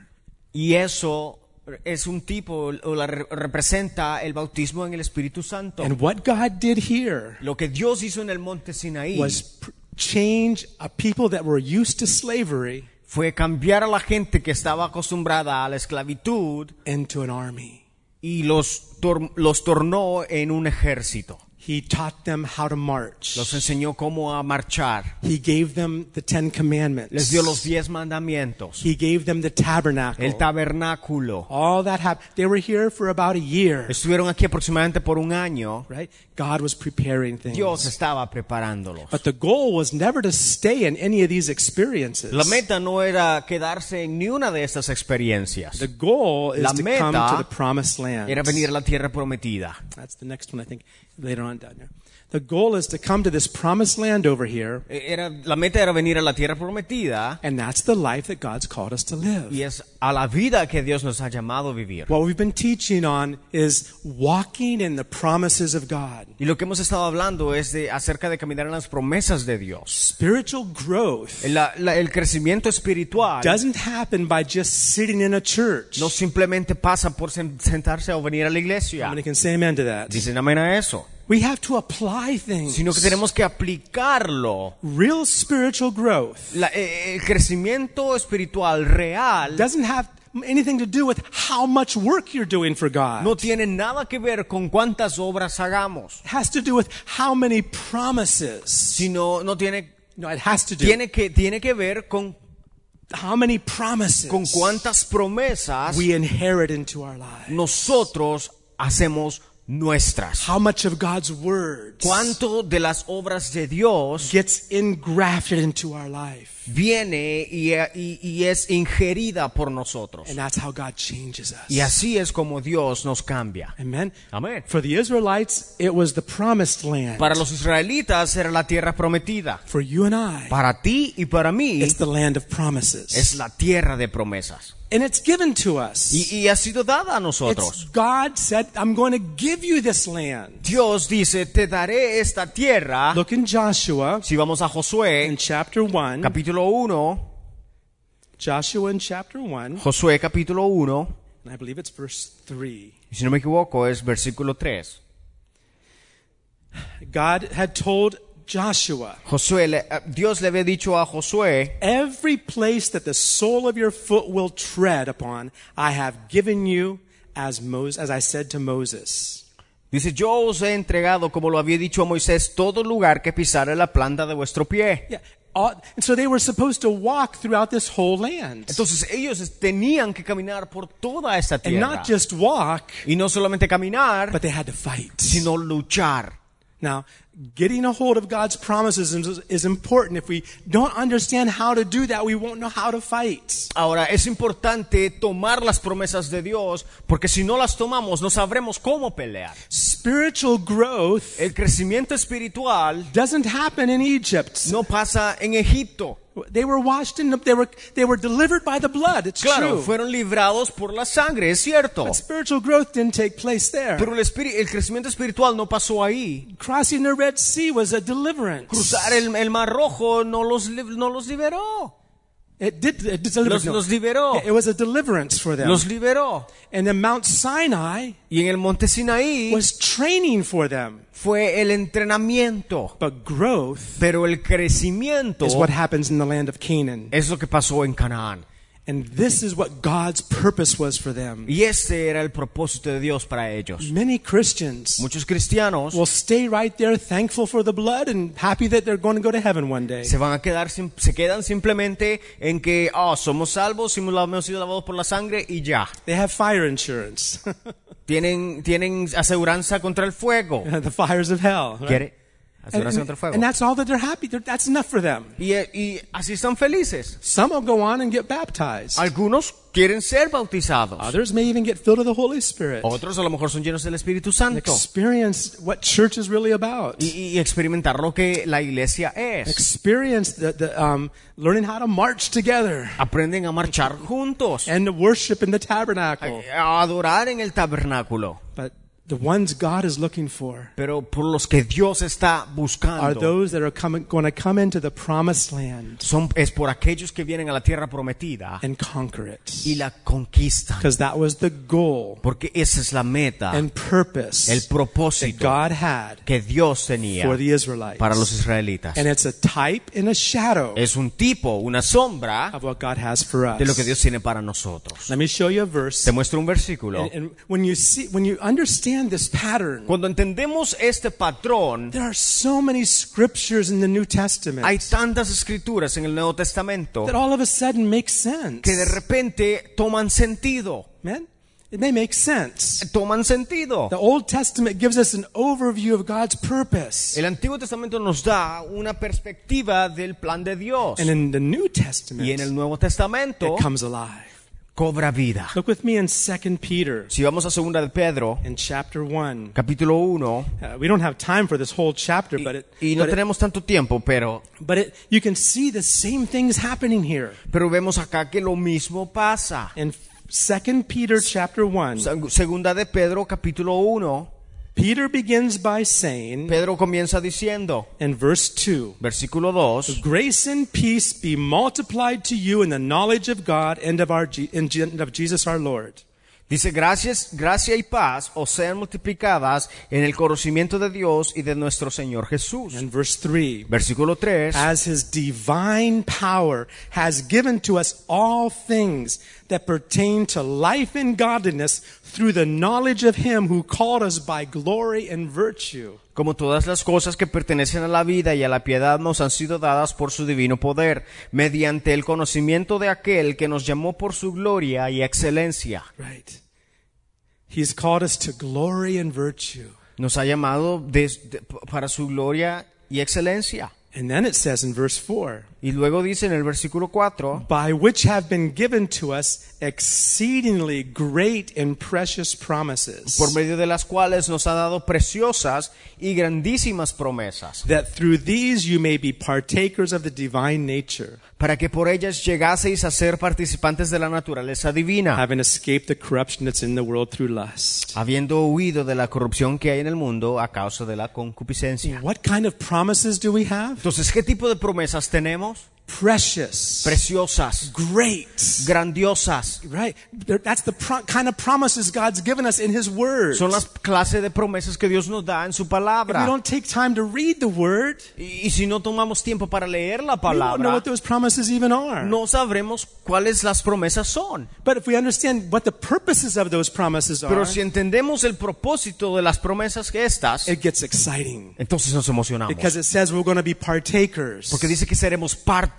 Speaker 2: Y eso es un tipo, o la re- representa el bautismo en el Espíritu Santo.
Speaker 1: And what God did here
Speaker 2: Lo que Dios hizo en el monte Sinaí
Speaker 1: was pr- change a people that were used to slavery
Speaker 2: fue cambiar a la gente que estaba acostumbrada a la esclavitud
Speaker 1: into an army.
Speaker 2: y los, tor- los tornó en un ejército.
Speaker 1: He taught them how to march.
Speaker 2: Los enseñó cómo a marchar.
Speaker 1: He gave them the Ten Commandments.
Speaker 2: Les dio los diez mandamientos.
Speaker 1: He gave them the tabernacle.
Speaker 2: El tabernáculo.
Speaker 1: All that happened. They were here for about a year,
Speaker 2: Estuvieron aquí aproximadamente por un año.
Speaker 1: right? God was preparing things.
Speaker 2: Dios estaba preparándolos.
Speaker 1: But the goal was never to stay in any of these experiences.
Speaker 2: La meta no era quedarse en ni una de estas experiencias.
Speaker 1: the goal is
Speaker 2: La
Speaker 1: to come
Speaker 2: meta
Speaker 1: to the promised land.
Speaker 2: Era venir a la tierra prometida.
Speaker 1: That's the next one, I think, later on down there. The goal is to come to this promised land over here,
Speaker 2: Eh, Era, la meta era venir a la tierra prometida
Speaker 1: and that's the life that God's called us to live.
Speaker 2: y es a la vida que Dios nos ha llamado a vivir.
Speaker 1: What we've been teaching on is walking in the promises of God.
Speaker 2: Y lo que hemos estado hablando es de, acerca de caminar en las promesas de Dios.
Speaker 1: Spiritual growth
Speaker 2: La- la- el crecimiento espiritual
Speaker 1: doesn't happen by just sitting in a church.
Speaker 2: no simplemente pasa por sen- sentarse o venir a la
Speaker 1: How
Speaker 2: iglesia.
Speaker 1: many can say amen to that?
Speaker 2: Dicen amén a eso.
Speaker 1: We have to apply things.
Speaker 2: Sino que tenemos que aplicarlo.
Speaker 1: Real spiritual growth
Speaker 2: La- eh, el crecimiento espiritual real
Speaker 1: doesn't have anything to do with how much work you're doing for God.
Speaker 2: no tiene nada que ver con cuántas obras hagamos,
Speaker 1: It has to do with how many promises.
Speaker 2: sino no tiene
Speaker 1: No, it has to do
Speaker 2: tiene que tiene que ver con
Speaker 1: how many promises
Speaker 2: con cuántas promesas
Speaker 1: we inherit into our lives.
Speaker 2: nosotros hacemos nuestras.
Speaker 1: How much of God's word
Speaker 2: Cuánto de las obras de Dios
Speaker 1: gets engrafted into our life.
Speaker 2: viene y, y- y es ingerida por nosotros.
Speaker 1: And that's how God changes us.
Speaker 2: Y así es como Dios nos cambia.
Speaker 1: Amen.
Speaker 2: Amén.
Speaker 1: For the Israelites, it was the promised land.
Speaker 2: Para los israelitas era la tierra prometida.
Speaker 1: For you and I,
Speaker 2: Para ti y para mí
Speaker 1: it's the land of promises.
Speaker 2: es la tierra de promesas.
Speaker 1: and it's given to us.
Speaker 2: Y, y ha sido dada a
Speaker 1: It's
Speaker 2: nosotros.
Speaker 1: God said, I'm going to give you this land.
Speaker 2: Dios dice, te daré esta tierra.
Speaker 1: Look in Joshua
Speaker 2: Si vamos a
Speaker 1: in
Speaker 2: Josué,
Speaker 1: chapter 1.
Speaker 2: capítulo 1,
Speaker 1: Joshua in chapter 1,
Speaker 2: Josué capítulo 1,
Speaker 1: and I believe it's verse 3.
Speaker 2: y si no me equivoco es versículo 3.
Speaker 1: God had told Joshua,
Speaker 2: Josué, le- eh, Dios le había dicho a Josué,
Speaker 1: Every place that the sole of your foot will tread upon, I have given you as Moses, as I said to Moses.
Speaker 2: dice, yo os he entregado, como lo había dicho a Moisés, todo lugar que pisare la planta de vuestro pie.
Speaker 1: Yeah. all- and so they were supposed to walk throughout this whole land.
Speaker 2: Entonces ellos tenían que caminar por toda esta
Speaker 1: And
Speaker 2: tierra.
Speaker 1: not just walk,
Speaker 2: Y no solamente caminar,
Speaker 1: but they had to fight.
Speaker 2: sino luchar.
Speaker 1: Now, getting a hold of God's promises is, is important. If we don't understand how to do that, we won't know how to fight.
Speaker 2: Ahora, es importante tomar las promesas de Dios, porque si no las tomamos, no sabremos cómo pelear.
Speaker 1: Spiritual growth
Speaker 2: El crecimiento espiritual
Speaker 1: doesn't happen in Egypt.
Speaker 2: no pasa en Egipto.
Speaker 1: They were washed in the, they were they were delivered by the blood. It's
Speaker 2: Claro,
Speaker 1: true.
Speaker 2: fueron librados por la sangre, es cierto.
Speaker 1: But spiritual growth didn't take place there.
Speaker 2: Pero el, espiri- el crecimiento espiritual no pasó ahí.
Speaker 1: Crossing the Red Sea was a deliverance.
Speaker 2: Cruzar el, el Mar Rojo no los, li- no los liberó.
Speaker 1: It did it, delivered-
Speaker 2: Los- Eh,
Speaker 1: no.
Speaker 2: los liberó.
Speaker 1: It was a deliverance for them.
Speaker 2: Los liberó.
Speaker 1: and then Mount Sinai
Speaker 2: Y en el monte Sinaí
Speaker 1: was training for them.
Speaker 2: fue el entrenamiento.
Speaker 1: But growth
Speaker 2: Pero el crecimiento
Speaker 1: is what happens in the land of Canaan.
Speaker 2: es lo que pasó en Canaán.
Speaker 1: And this is what God's purpose was for them.
Speaker 2: Y ese era el propósito de Dios para ellos.
Speaker 1: Many Christians
Speaker 2: Muchos cristianos
Speaker 1: will stay right there thankful for the blood and happy that they're going to go to heaven one day.
Speaker 2: se van a quedar, sim- se quedan simplemente en que, oh, somos salvos, hemos sido lavados por la sangre y ya.
Speaker 1: They have fire insurance,
Speaker 2: Tienen, tienen aseguranza contra el fuego.
Speaker 1: the fires of hell. right?
Speaker 2: ¿Quiere?
Speaker 1: And,
Speaker 2: Aseguranza
Speaker 1: and,
Speaker 2: contra el fuego.
Speaker 1: and that's all that they're happy. They're, that's enough for them.
Speaker 2: Y, eh, y así están felices.
Speaker 1: Some will go on and get baptized.
Speaker 2: Algunos quieren ser bautizados.
Speaker 1: Others may even get filled with the Holy Spirit.
Speaker 2: Otros a lo mejor son llenos del Espíritu Santo.
Speaker 1: Experience what church is really about.
Speaker 2: Y, y experimentar lo que la iglesia es.
Speaker 1: Experience the, the um, learning how to march together
Speaker 2: Aprenden a marchar juntos.
Speaker 1: and to worship in the tabernacle.
Speaker 2: A adorar en el tabernáculo.
Speaker 1: But the ones God is looking for
Speaker 2: Pero por los que Dios está
Speaker 1: are
Speaker 2: buscando
Speaker 1: those that are coming, going to come into the promised land
Speaker 2: son, es por aquellos que vienen a la tierra prometida
Speaker 1: and conquer it.
Speaker 2: y la conquistan.
Speaker 1: Because that was the goal
Speaker 2: Porque esa es la meta,
Speaker 1: and purpose
Speaker 2: Ah. el
Speaker 1: that
Speaker 2: propósito
Speaker 1: God had
Speaker 2: que Dios tenía
Speaker 1: for the Israelites.
Speaker 2: para los israelitas.
Speaker 1: And it's a type and a shadow
Speaker 2: Es un tipo, una sombra
Speaker 1: of what God has for us.
Speaker 2: de lo que Dios tiene para nosotros.
Speaker 1: Let me show you a verse.
Speaker 2: Te muestro un versículo.
Speaker 1: And, and when you see, when you understand this pattern,
Speaker 2: Cuando entendemos este patrón,
Speaker 1: there are so many scriptures in the New Testament
Speaker 2: hay tantas escrituras en el Nuevo Testamento
Speaker 1: that all of a sudden make sense.
Speaker 2: que de repente toman sentido.
Speaker 1: Amen? It may make sense.
Speaker 2: Toman sentido.
Speaker 1: The Old Testament gives us an overview of God's purpose.
Speaker 2: El Antiguo Testamento nos da una perspectiva del plan de Dios.
Speaker 1: And in the New Testament,
Speaker 2: Y en el Nuevo Testamento
Speaker 1: it comes alive.
Speaker 2: cobra vida.
Speaker 1: Look with me in 2 Peter
Speaker 2: Si vamos a segunda de Pedro,
Speaker 1: in chapter 1.
Speaker 2: capítulo 1,
Speaker 1: Uh, we don't have time for this whole chapter, but it,
Speaker 2: y no
Speaker 1: but, it,
Speaker 2: tenemos tanto tiempo, pero,
Speaker 1: but it, you can see the same things happening here.
Speaker 2: pero vemos acá que lo mismo pasa.
Speaker 1: In 2 Peter chapter 1,
Speaker 2: Seg- Segunda de Pedro, capítulo 1,
Speaker 1: Peter begins by saying
Speaker 2: Pedro comienza diciendo,
Speaker 1: in verse 2,
Speaker 2: versículo 2,
Speaker 1: Grace and peace be multiplied to you in the knowledge of God and of, our, Je- and Je- and of Jesus our Lord.
Speaker 2: dice, gracias, gracia y paz os sean multiplicadas en el conocimiento de Dios y de nuestro Señor Jesús.
Speaker 1: And verse 3,
Speaker 2: Versículo 3,
Speaker 1: As his divine power has given to us all things that pertain to life and godliness through the knowledge of him who called us by glory and virtue.
Speaker 2: como todas las cosas que pertenecen a la vida y a la piedad nos han sido dadas por su divino poder, mediante el conocimiento de aquel que nos llamó por su gloria y excelencia.
Speaker 1: Right. He's called us to glory and virtue.
Speaker 2: Nos ha llamado des- de- para su gloria y excelencia.
Speaker 1: And then it says in verse 4
Speaker 2: Y luego dice en el versículo 4,
Speaker 1: by which have been given to us exceedingly great and precious promises.
Speaker 2: por medio de las cuales nos ha dado preciosas y grandísimas promesas,
Speaker 1: that through these you may be partakers of the divine nature,
Speaker 2: para que por ellas llegaseis a ser participantes de la naturaleza divina,
Speaker 1: having escaped the corruption that's in the world through lust.
Speaker 2: habiendo huido de la corrupción que hay en el mundo a causa de la concupiscencia.
Speaker 1: What kind of promises do we have?
Speaker 2: Entonces, ¿qué tipo de promesas tenemos?
Speaker 1: Precious,
Speaker 2: Preciosas,
Speaker 1: great.
Speaker 2: grandiosas.
Speaker 1: Right. There- That's the pro- kind of promises God's given us in His Word.
Speaker 2: Son las clases de promesas que Dios nos da en su
Speaker 1: If we
Speaker 2: palabra.
Speaker 1: don't take time to read the Word,
Speaker 2: Y, y si no tomamos tiempo para leer la
Speaker 1: we won't know
Speaker 2: palabra,
Speaker 1: what those promises even are.
Speaker 2: no sabremos cuáles las promesas son.
Speaker 1: But if we understand what the purposes of those promises are,
Speaker 2: Pero si entendemos el propósito de las promesas que estas,
Speaker 1: it gets exciting
Speaker 2: Entonces nos emocionamos.
Speaker 1: because it says we're going to be partakers.
Speaker 2: Porque dice que seremos parte.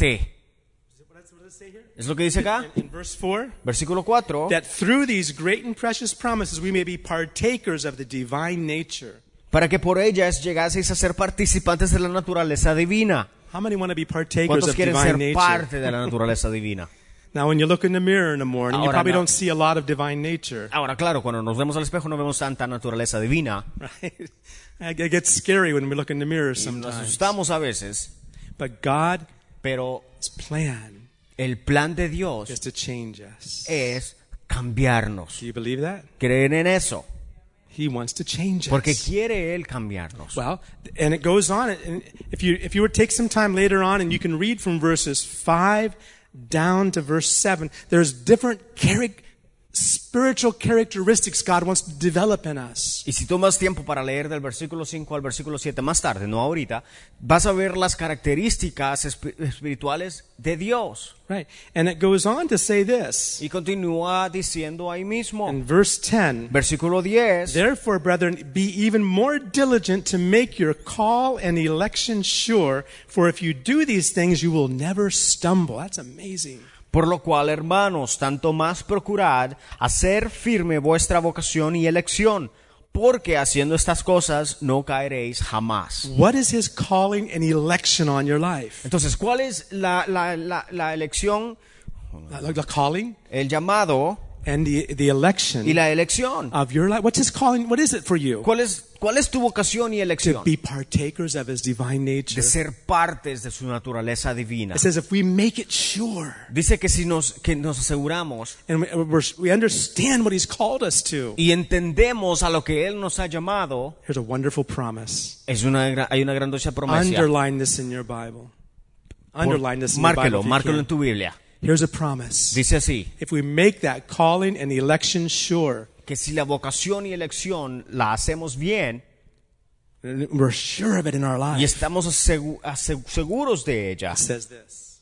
Speaker 2: Es lo que dice acá.
Speaker 1: In verse 4,
Speaker 2: Versículo 4.
Speaker 1: that through these great and precious promises we may be partakers of the divine nature.
Speaker 2: Para que por ellas llegaseis a ser participantes de la naturaleza divina.
Speaker 1: How many want to be partakers
Speaker 2: ¿Cuántos
Speaker 1: of
Speaker 2: quieren ser
Speaker 1: divine nature?
Speaker 2: parte de la naturaleza divina?
Speaker 1: Now, when you look in the mirror in the morning, you
Speaker 2: Ahora
Speaker 1: probably
Speaker 2: no.
Speaker 1: don't see a lot of divine nature,
Speaker 2: Ahora, claro, cuando nos vemos al espejo no vemos tanta naturaleza divina.
Speaker 1: right? It gets scary when we look in the mirror
Speaker 2: Nos
Speaker 1: sometimes.
Speaker 2: asustamos a veces,
Speaker 1: But God's
Speaker 2: pero
Speaker 1: plan
Speaker 2: el plan de
Speaker 1: is
Speaker 2: Dios
Speaker 1: to change us.
Speaker 2: es cambiarnos.
Speaker 1: Do you believe that?
Speaker 2: Creen en eso,
Speaker 1: He wants to change
Speaker 2: porque
Speaker 1: us.
Speaker 2: quiere Él cambiarnos.
Speaker 1: Well, and it goes on. And if you if you would take some time later on, and you can read from verses five down to verse seven, there's different charac- spiritual characteristics God wants to develop in us.
Speaker 2: Y si tomas tiempo para leer del versículo 5 al versículo 7 más tarde, no ahorita, vas a ver las características espi- espirituales de Dios.
Speaker 1: Right, and it goes on to say this
Speaker 2: Y continúa diciendo ahí mismo,
Speaker 1: in verse ten.
Speaker 2: versículo 10,
Speaker 1: Therefore, brethren, be even more diligent to make your call and election sure, for if you do these things, you will never stumble. That's amazing.
Speaker 2: por lo cual, hermanos, tanto más procurad hacer firme vuestra vocación y elección, porque haciendo estas cosas no caeréis jamás.
Speaker 1: What is his calling and election on your life?
Speaker 2: Entonces, ¿cuál es la, la- la- la elección,
Speaker 1: Uh, The calling?
Speaker 2: el llamado
Speaker 1: and the, the election
Speaker 2: y la elección?
Speaker 1: of your life. What's his calling? What is it for you?
Speaker 2: ¿Cuál es, cuál es tu vocación y elección?
Speaker 1: To be partakers of his divine nature.
Speaker 2: de ser partes de su naturaleza divina.
Speaker 1: It says if we make it sure
Speaker 2: Dice que si nos, que nos aseguramos
Speaker 1: and we, we're, we understand what he's called us to,
Speaker 2: y entendemos a lo que Él nos ha llamado,
Speaker 1: here's a wonderful promise.
Speaker 2: es una, gra- hay una grandiosa promesa.
Speaker 1: Underline this in your Bible.
Speaker 2: Por-
Speaker 1: Underline this in your Bible.
Speaker 2: márquelo,
Speaker 1: if you
Speaker 2: márquelo
Speaker 1: can.
Speaker 2: en tu Biblia.
Speaker 1: Here's a promise.
Speaker 2: Dice así,
Speaker 1: If we make that calling and election sure,
Speaker 2: que si la vocación y elección la hacemos bien
Speaker 1: and we're sure of it in our
Speaker 2: y
Speaker 1: lives,
Speaker 2: estamos asegu- asegu- seguros de ella,
Speaker 1: it says this.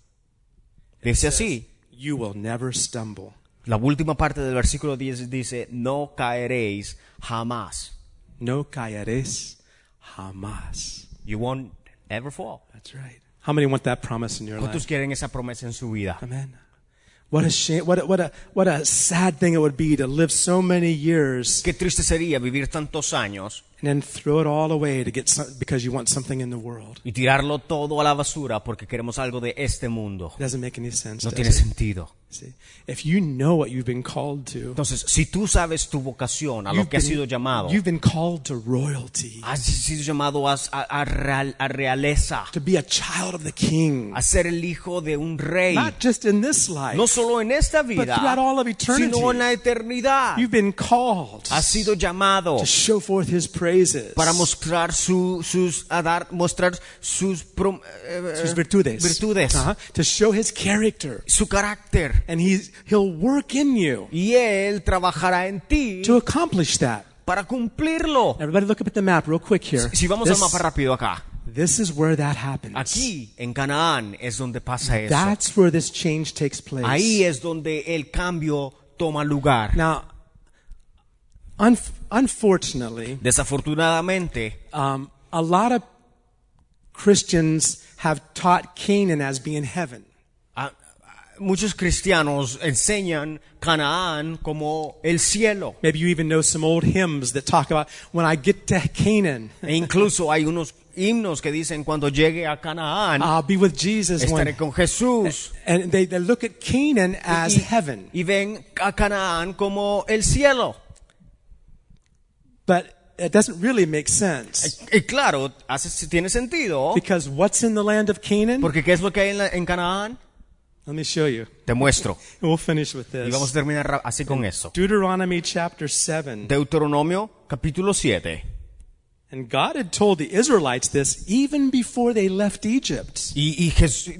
Speaker 2: dice así,
Speaker 1: You will never stumble.
Speaker 2: la última parte del versículo 10 dice, no caeréis jamás.
Speaker 1: No caeréis jamás.
Speaker 2: You won't ever fall.
Speaker 1: That's right. How many want that promise in your life?
Speaker 2: ¿Cuántos quieren esa promesa en su vida?
Speaker 1: Amen. What a shame, what a, what a, what a sad thing it would be to live so many years
Speaker 2: Qué triste sería vivir tantos años
Speaker 1: and then throw it all away to get some, because you want something in the world.
Speaker 2: y tirarlo todo a la basura porque queremos algo de este mundo.
Speaker 1: It doesn't make any sense.
Speaker 2: No
Speaker 1: does
Speaker 2: tiene
Speaker 1: it?
Speaker 2: sentido.
Speaker 1: See, if you know what you've been called to,
Speaker 2: Entonces, si tú sabes tu vocación, a lo
Speaker 1: you've
Speaker 2: que has
Speaker 1: been-
Speaker 2: sido llamado,
Speaker 1: you've been called to royalty,
Speaker 2: has sido llamado a, a- a real- a realeza,
Speaker 1: to be a child of the King,
Speaker 2: a ser el hijo de un rey,
Speaker 1: not just in this life,
Speaker 2: no solo en esta
Speaker 1: but
Speaker 2: vida,
Speaker 1: throughout all of eternity.
Speaker 2: sino en la eternidad.
Speaker 1: You've been called
Speaker 2: Has sido llamado
Speaker 1: to show forth His praises,
Speaker 2: para mostrar su- sus a dar mostrar sus prom- eh, eh,
Speaker 1: Sus virtudes,
Speaker 2: virtudes,
Speaker 1: Uh-huh. to show His character,
Speaker 2: su carácter
Speaker 1: and He's He'll work in you
Speaker 2: y él trabajará en ti
Speaker 1: to accomplish that.
Speaker 2: para cumplirlo.
Speaker 1: Everybody, look up at the map real quick here.
Speaker 2: Si vamos al
Speaker 1: this,
Speaker 2: mapa rápido acá,
Speaker 1: this is where that happens.
Speaker 2: aquí en Canaán es donde pasa eso.
Speaker 1: That's where this change takes place.
Speaker 2: Ahí es donde el cambio toma lugar.
Speaker 1: Now, un- unfortunately,
Speaker 2: Desafortunadamente,
Speaker 1: um, a lot of Christians have taught Canaan as being heaven.
Speaker 2: a- a- Ah, muchos cristianos enseñan Canaán como el cielo.
Speaker 1: Maybe you even know some old hymns that talk about when I get to Canaan,
Speaker 2: E incluso hay unos himnos que dicen cuando llegue a Canaán
Speaker 1: I'll be with Jesus.
Speaker 2: estaré
Speaker 1: One.
Speaker 2: con Jesús.
Speaker 1: And they, they look at Canaan as
Speaker 2: Y-
Speaker 1: heaven.
Speaker 2: Y ven a Canaán como el cielo.
Speaker 1: But it doesn't really make sense.
Speaker 2: Y claro, hace, tiene sentido.
Speaker 1: Because what's in the land of Canaan?
Speaker 2: Porque ¿qué es lo que hay en, la- en Canaán?
Speaker 1: Let me show you.
Speaker 2: Te muestro.
Speaker 1: And we'll finish with
Speaker 2: Y vamos
Speaker 1: this.
Speaker 2: a terminar ra- así con eso.
Speaker 1: Deuteronomy chapter 7.
Speaker 2: Deuteronomio capítulo 7.
Speaker 1: And God had told the Israelites this even before they left Egypt.
Speaker 2: Y, y Jes-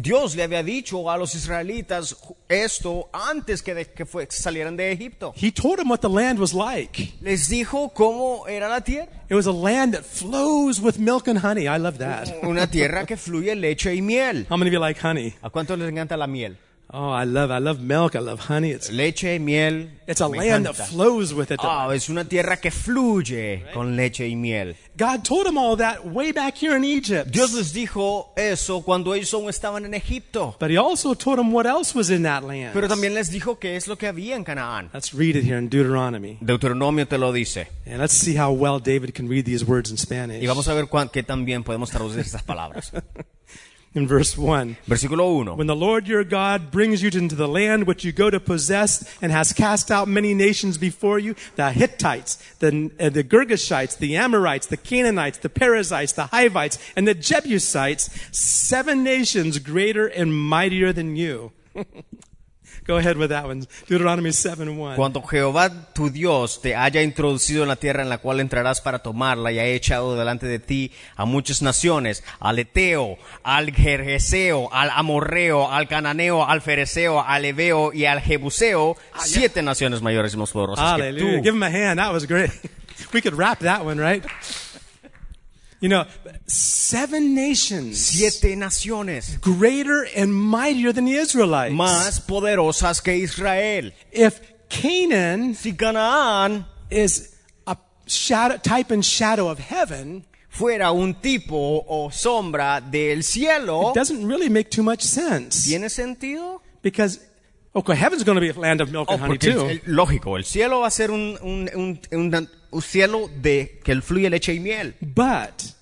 Speaker 2: Dios le había dicho a los israelitas esto antes que, de- que fue- salieran de Egipto.
Speaker 1: He told them what the land was like.
Speaker 2: Les dijo cómo era la tierra.
Speaker 1: It was a land that flows with milk and honey. I love that.
Speaker 2: Una tierra que fluye leche y miel.
Speaker 1: How many of you like honey?
Speaker 2: ¿A cuántos les encanta la miel?
Speaker 1: Oh, I love I love milk. I love honey. It's
Speaker 2: Leche y miel.
Speaker 1: it's a
Speaker 2: me
Speaker 1: land that
Speaker 2: encanta.
Speaker 1: flows with it.
Speaker 2: Ah, es una tierra que fluye con leche y miel.
Speaker 1: God told them all that way back here in Egypt.
Speaker 2: Dios les dijo eso cuando ellos aún estaban en Egipto.
Speaker 1: But he also told them what else was in that land.
Speaker 2: Pero también les dijo que es lo que había en Canaán.
Speaker 1: Let's read it here in Deuteronomy.
Speaker 2: Deuteronomio te lo dice.
Speaker 1: And let's see how well David can read these words in Spanish.
Speaker 2: Y vamos a ver cuán- qué también podemos traducir estas palabras.
Speaker 1: In verse 1.
Speaker 2: Versículo 1.
Speaker 1: When the Lord your God brings you into the land which you go to possess and has cast out many nations before you, the Hittites, the, uh, the Girgashites, the Amorites, the Canaanites, the Perizzites, the Hivites, and the Jebusites, seven nations greater and mightier than you. go ahead with that one. Deuteronomy 7 1.
Speaker 2: Cuando Jehová tu Dios te haya introducido en la tierra en la cual entrarás para tomarla y haya echado delante de ti a muchas naciones, al Eteo, al Gergeseo, al Amorreo, al Cananeo, al Fereseo, al Ebeo y al Jebuseo, siete naciones mayores y más poderosas
Speaker 1: Hallelujah.
Speaker 2: que tú.
Speaker 1: Give him a hand. That was great. we could wrap that one, right? You know, seven nations
Speaker 2: Siete naciones
Speaker 1: greater and mightier than the Israelites.
Speaker 2: más poderosas que Israel.
Speaker 1: if Canaan
Speaker 2: Si Canaán
Speaker 1: is a shadow, type and shadow of heaven,
Speaker 2: fuera un tipo o sombra del cielo,
Speaker 1: it doesn't really make too much sense.
Speaker 2: ¿tiene sentido?
Speaker 1: Because, okay, heaven's going to be a land of milk
Speaker 2: Oh,
Speaker 1: and honey
Speaker 2: porque el-
Speaker 1: too.
Speaker 2: el- lógico, el cielo va a ser un, un- un- un- un cielo de que fluye leche y miel.
Speaker 1: but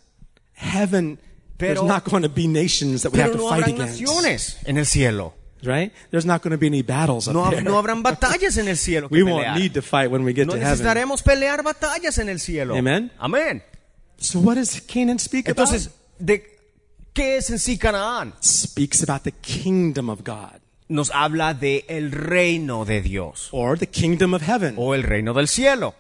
Speaker 1: heaven,
Speaker 2: Pero-
Speaker 1: there's not going to be nations that we have
Speaker 2: Pero
Speaker 1: to
Speaker 2: no
Speaker 1: fight
Speaker 2: habrán
Speaker 1: against.
Speaker 2: naciones en el cielo.
Speaker 1: Right? There's not going to be any battles up
Speaker 2: No, hab-
Speaker 1: there.
Speaker 2: no habrán batallas en el cielo. que
Speaker 1: we
Speaker 2: pelear.
Speaker 1: won't need to fight when we get
Speaker 2: no
Speaker 1: to heaven.
Speaker 2: necesitaremos pelear batallas en el cielo.
Speaker 1: Amen.
Speaker 2: Amén.
Speaker 1: So what does Canaan speak
Speaker 2: Entonces,
Speaker 1: about?
Speaker 2: ¿de qué es en sí Canaán?
Speaker 1: Speaks about the kingdom of God
Speaker 2: Nos habla de el reino de Dios
Speaker 1: or the kingdom of heaven.
Speaker 2: o el reino del cielo.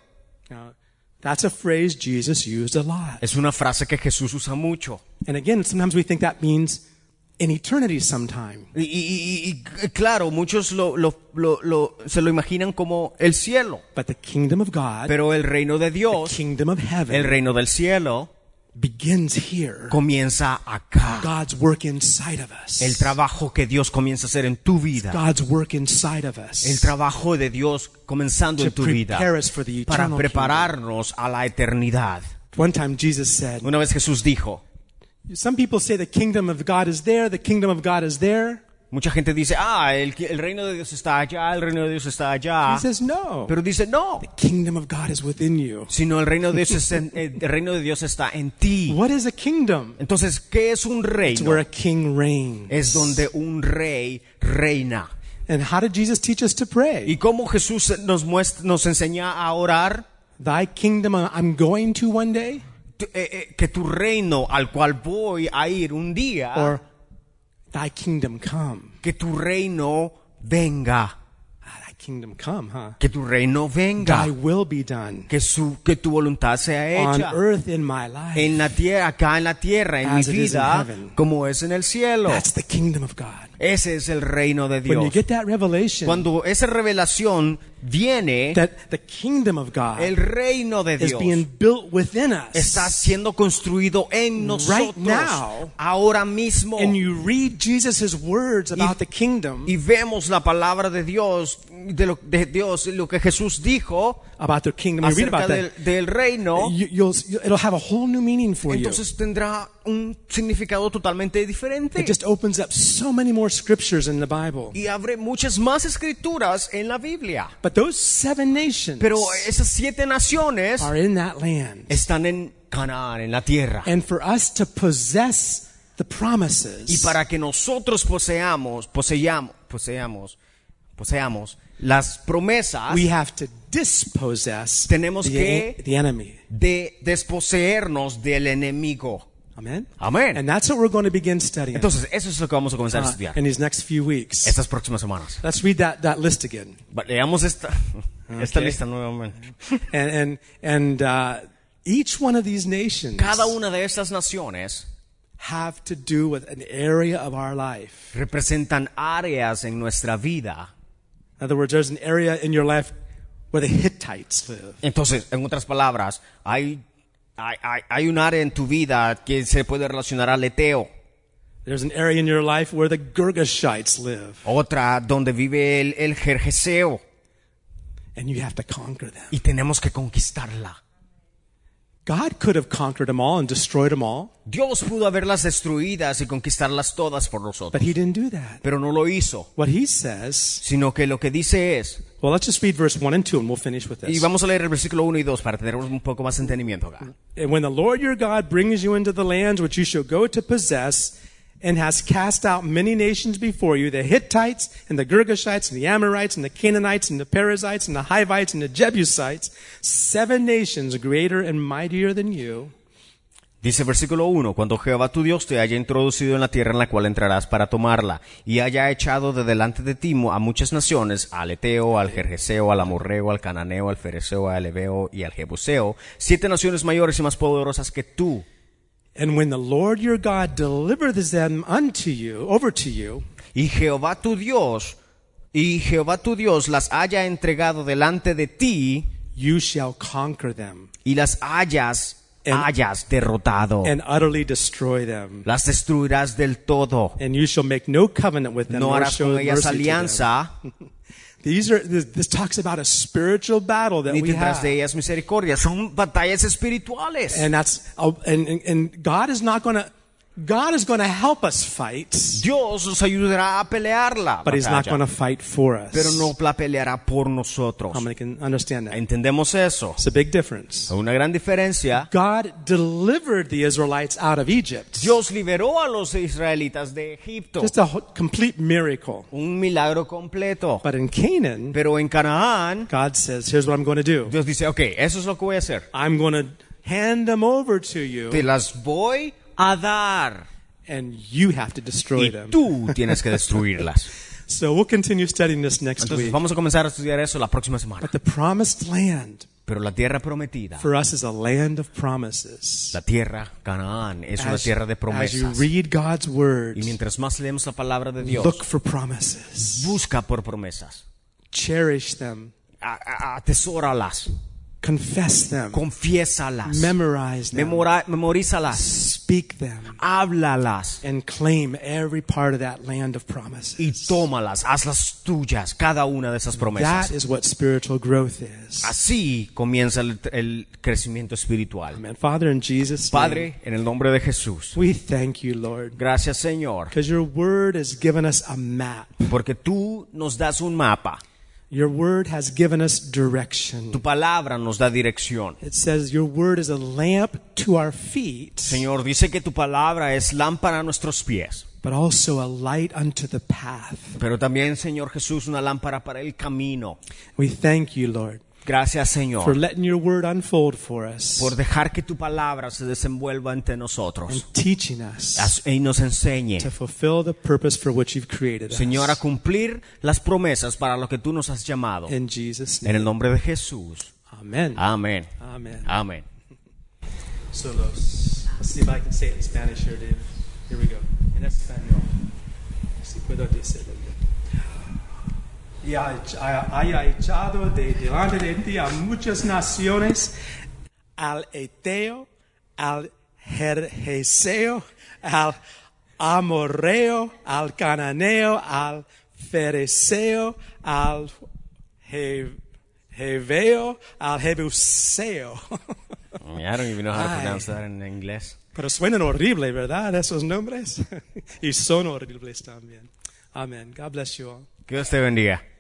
Speaker 1: Now, that's a phrase Jesus used a lot.
Speaker 2: Es una frase que Jesús usa mucho.
Speaker 1: And again, sometimes we think that means in eternity sometime.
Speaker 2: Y, y- y- y, claro, muchos lo- lo- lo- lo- se lo imaginan como el cielo.
Speaker 1: But the kingdom of God,
Speaker 2: Pero el reino de Dios,
Speaker 1: kingdom of heaven,
Speaker 2: el reino del cielo,
Speaker 1: begins here.
Speaker 2: comienza acá.
Speaker 1: God's work inside of
Speaker 2: El
Speaker 1: us.
Speaker 2: trabajo que Dios comienza a hacer en tu vida.
Speaker 1: God's work inside of
Speaker 2: El
Speaker 1: us
Speaker 2: trabajo de Dios comenzando
Speaker 1: to
Speaker 2: en tu vida
Speaker 1: prepare us for the
Speaker 2: para
Speaker 1: eternal kingdom.
Speaker 2: prepararnos a la eternidad.
Speaker 1: One time Jesus said,
Speaker 2: Una vez Jesús dijo,
Speaker 1: some people say the kingdom of God is there, the kingdom of God is there.
Speaker 2: mucha gente dice, ah, el, el reino de Dios está allá, el reino de Dios está allá.
Speaker 1: He says, no.
Speaker 2: Pero dice, no,
Speaker 1: Ah. Kingdom of God is within you.
Speaker 2: sino el reino de Dios, es en- el reino de Dios está en ti.
Speaker 1: What is a kingdom?
Speaker 2: Entonces, ¿qué es un
Speaker 1: It's
Speaker 2: reino?
Speaker 1: where a king reigns.
Speaker 2: Es donde un rey reina.
Speaker 1: And how did Jesus teach us to
Speaker 2: ¿Y
Speaker 1: pray?
Speaker 2: cómo Jesús nos, muestra, nos enseña a orar?
Speaker 1: Thy kingdom uh, I'm going to one day,
Speaker 2: Tu- eh, eh, que tu reino al cual voy a ir un día,
Speaker 1: or thy kingdom come.
Speaker 2: que tu reino venga,
Speaker 1: Ah, thy kingdom come, huh?
Speaker 2: que tu reino venga,
Speaker 1: Thy will be done
Speaker 2: que, su, que tu voluntad sea
Speaker 1: on
Speaker 2: hecha
Speaker 1: earth in my life.
Speaker 2: en la tierra, acá en la tierra, en mi
Speaker 1: As it is in
Speaker 2: vida,
Speaker 1: heaven.
Speaker 2: como es en el cielo.
Speaker 1: That's the kingdom of God.
Speaker 2: Ese es el reino de
Speaker 1: When you
Speaker 2: Dios.
Speaker 1: get that revelation
Speaker 2: Cuando esa revelación viene,
Speaker 1: that the kingdom of God
Speaker 2: el reino de
Speaker 1: is
Speaker 2: Dios
Speaker 1: being built within
Speaker 2: está
Speaker 1: us,
Speaker 2: siendo construido en nosotros
Speaker 1: now,
Speaker 2: ahora mismo.
Speaker 1: and you read Jesus' words about the kingdom,
Speaker 2: y vemos la palabra de Dios, de, lo, de Dios, lo que Jesús dijo
Speaker 1: about the kingdom, you read
Speaker 2: acerca
Speaker 1: about that,
Speaker 2: del, del reino,
Speaker 1: you, you'll, it'll have a whole new meaning for you.
Speaker 2: entonces tendrá un significado totalmente diferente.
Speaker 1: It just opens up so many more scriptures in the Bible.
Speaker 2: Y abre muchas más escrituras en la Biblia.
Speaker 1: But those seven nations
Speaker 2: Pero esas siete naciones
Speaker 1: are in that land.
Speaker 2: están en Canaán, en la tierra.
Speaker 1: And for us to possess the
Speaker 2: Y
Speaker 1: promises,
Speaker 2: para que nosotros poseamos, poseamos, poseamos, poseamos las promesas
Speaker 1: we have to dispossess
Speaker 2: Tenemos
Speaker 1: the,
Speaker 2: que-
Speaker 1: the enemy.
Speaker 2: de desposeernos del enemigo.
Speaker 1: Amen?
Speaker 2: Amén.
Speaker 1: And that's what we're going to begin studying
Speaker 2: Entonces, eso es lo que vamos a comenzar a
Speaker 1: uh,
Speaker 2: estudiar
Speaker 1: in these next few weeks.
Speaker 2: estas próximas semanas.
Speaker 1: Let's read that, that list again.
Speaker 2: Va- Leamos esta, esta lista nuevamente.
Speaker 1: And, and, and uh, each one of these nations
Speaker 2: Cada una de estas naciones
Speaker 1: have to do with an area of our life.
Speaker 2: representan áreas en nuestra vida.
Speaker 1: In other words, there's an area in your life where the Hittites live.
Speaker 2: Entonces, en otras palabras, hay, hay, hay, hay un área en tu vida que se puede relacionar al eteo.
Speaker 1: There's an area in your life where the Girgashites live,
Speaker 2: Otra donde vive el, el jerjeseo.
Speaker 1: and you have to conquer them.
Speaker 2: Y tenemos que conquistarla.
Speaker 1: God could have conquered them all and destroyed them all,
Speaker 2: Dios pudo haberlas destruidas y conquistarlas todas por
Speaker 1: but
Speaker 2: nosotros.
Speaker 1: He didn't do that.
Speaker 2: Pero no lo hizo.
Speaker 1: What He says,
Speaker 2: Sino que lo que dice es,
Speaker 1: well, let's just read verse 1 and 2 and we'll finish with
Speaker 2: Y
Speaker 1: this.
Speaker 2: vamos a leer el versículo 1 y 2 para tener un poco más de entendimiento acá.
Speaker 1: And when the Lord your God brings you into the land which you shall go to possess, and has cast out many nations before you, the Hittites, and the Girgashites, and the Amorites, and the Canaanites, and the Perizzites, and the Hivites, and the Jebusites, seven nations greater and mightier than you.
Speaker 2: Dice versículo 1, cuando Jehová tu Dios te haya introducido en la tierra en la cual entrarás para tomarla, y haya echado de delante de ti a muchas naciones, al Eteo, al Gergeseo, al Amorreo, al Cananeo, al Fereseo, al Ebeo y al Jebuseo, siete naciones mayores y más poderosas que tú.
Speaker 1: And when the Lord your God delivers them unto you, over to you,
Speaker 2: Y Jehová tu Dios, y Jehová tu Dios las haya entregado delante de ti,
Speaker 1: you shall conquer them
Speaker 2: y las hayas,
Speaker 1: En-
Speaker 2: hayas derrotado.
Speaker 1: and utterly destroy them.
Speaker 2: Las destruirás del todo.
Speaker 1: And you shall make no covenant with them,
Speaker 2: no
Speaker 1: nor
Speaker 2: harás
Speaker 1: show
Speaker 2: con ellas
Speaker 1: mercy to them.
Speaker 2: alianza,
Speaker 1: These are this, this talks about a spiritual battle that
Speaker 2: ni
Speaker 1: we
Speaker 2: tendrás
Speaker 1: have,
Speaker 2: de ellas misericordia. Son batallas espirituales.
Speaker 1: and that's oh, and and- and God is not going to God is going to help us fight,
Speaker 2: Dios nos ayudará a pelearla,
Speaker 1: but He's not going to
Speaker 2: batalla,
Speaker 1: fight for us.
Speaker 2: pero no la peleará por nosotros.
Speaker 1: How many can understand that?
Speaker 2: Entendemos eso.
Speaker 1: It's a big difference.
Speaker 2: Hay una gran diferencia.
Speaker 1: God delivered the Israelites out of Egypt.
Speaker 2: Dios liberó a los israelitas de Egipto.
Speaker 1: Just a ho- complete miracle.
Speaker 2: Un milagro completo.
Speaker 1: But in Canaan,
Speaker 2: Pero en Canaán,
Speaker 1: God says, here's what I'm going to do.
Speaker 2: Dios dice, ok, eso es lo que voy a hacer.
Speaker 1: I'm going to hand them over to you,
Speaker 2: Te las voy a dar.
Speaker 1: and you have to destroy
Speaker 2: Y
Speaker 1: them.
Speaker 2: tú tienes que destruirlas.
Speaker 1: So we'll continue studying this next
Speaker 2: Entonces
Speaker 1: week.
Speaker 2: vamos a comenzar a estudiar eso la próxima semana.
Speaker 1: But the promised land
Speaker 2: Pero la tierra prometida,
Speaker 1: for us is a land of promises.
Speaker 2: la tierra Canaán, es una
Speaker 1: As,
Speaker 2: tierra de
Speaker 1: as you
Speaker 2: promesas.
Speaker 1: read God's
Speaker 2: Y
Speaker 1: word,
Speaker 2: mientras más leemos la palabra de
Speaker 1: look
Speaker 2: Dios,
Speaker 1: for promises,
Speaker 2: busca por promesas,
Speaker 1: cherish them,
Speaker 2: A- a- atesóralas,
Speaker 1: Confess them.
Speaker 2: Confiésalas.
Speaker 1: Memorize them.
Speaker 2: Memora- memorízalas.
Speaker 1: Speak them.
Speaker 2: Háblalas.
Speaker 1: And claim every part of that land of promise.
Speaker 2: Y tómalas. Hazlas tuyas. Cada una de esas
Speaker 1: That
Speaker 2: promesas.
Speaker 1: is what spiritual growth is.
Speaker 2: Así comienza el, el crecimiento espiritual.
Speaker 1: Amen. Father, in Jesus' name,
Speaker 2: Padre, en el nombre de Jesús.
Speaker 1: we thank you, Lord,
Speaker 2: Gracias, Señor.
Speaker 1: because your word has given us a map.
Speaker 2: Porque tú nos das un mapa.
Speaker 1: Your word has given us direction.
Speaker 2: Tu palabra nos da dirección.
Speaker 1: It says your word is a lamp to our feet,
Speaker 2: Señor, dice que tu palabra es lámpara a nuestros pies.
Speaker 1: but also a light unto the path.
Speaker 2: Pero también, Señor Jesús, una lámpara para el camino.
Speaker 1: We thank you, Lord,
Speaker 2: Gracias,
Speaker 1: for
Speaker 2: Señor,
Speaker 1: letting your word unfold for us,
Speaker 2: por dejar que tu palabra se desenvuelva entre nosotros
Speaker 1: teaching us
Speaker 2: Haz- y nos enseñe,
Speaker 1: to fulfill the purpose for which you've created
Speaker 2: Señor, a
Speaker 1: us.
Speaker 2: cumplir las promesas para lo que tú nos has llamado.
Speaker 1: In Jesus'
Speaker 2: En
Speaker 1: name.
Speaker 2: el Ah. nombre de Jesús.
Speaker 1: Amen.
Speaker 2: Amén.
Speaker 1: Amen.
Speaker 2: Amén.
Speaker 1: Solos. Let's see if I can say it in Spanish here, Dave. Here we go. En español. Si puedo decirlo yo. Y ha- ha- haya echado de delante de ti a muchas naciones, al Eteo, al Jerjeseo, al Amorreo, al Cananeo, al Fereseo, al Je- Jeveo, al Jebuseo.
Speaker 2: I don't even know how to
Speaker 1: Ay.
Speaker 2: pronounce that in inglés.
Speaker 1: Pero suenan horrible, ¿verdad? Esos nombres. y son horribles también. Amén. God bless you all.
Speaker 2: Que Dios te bendiga.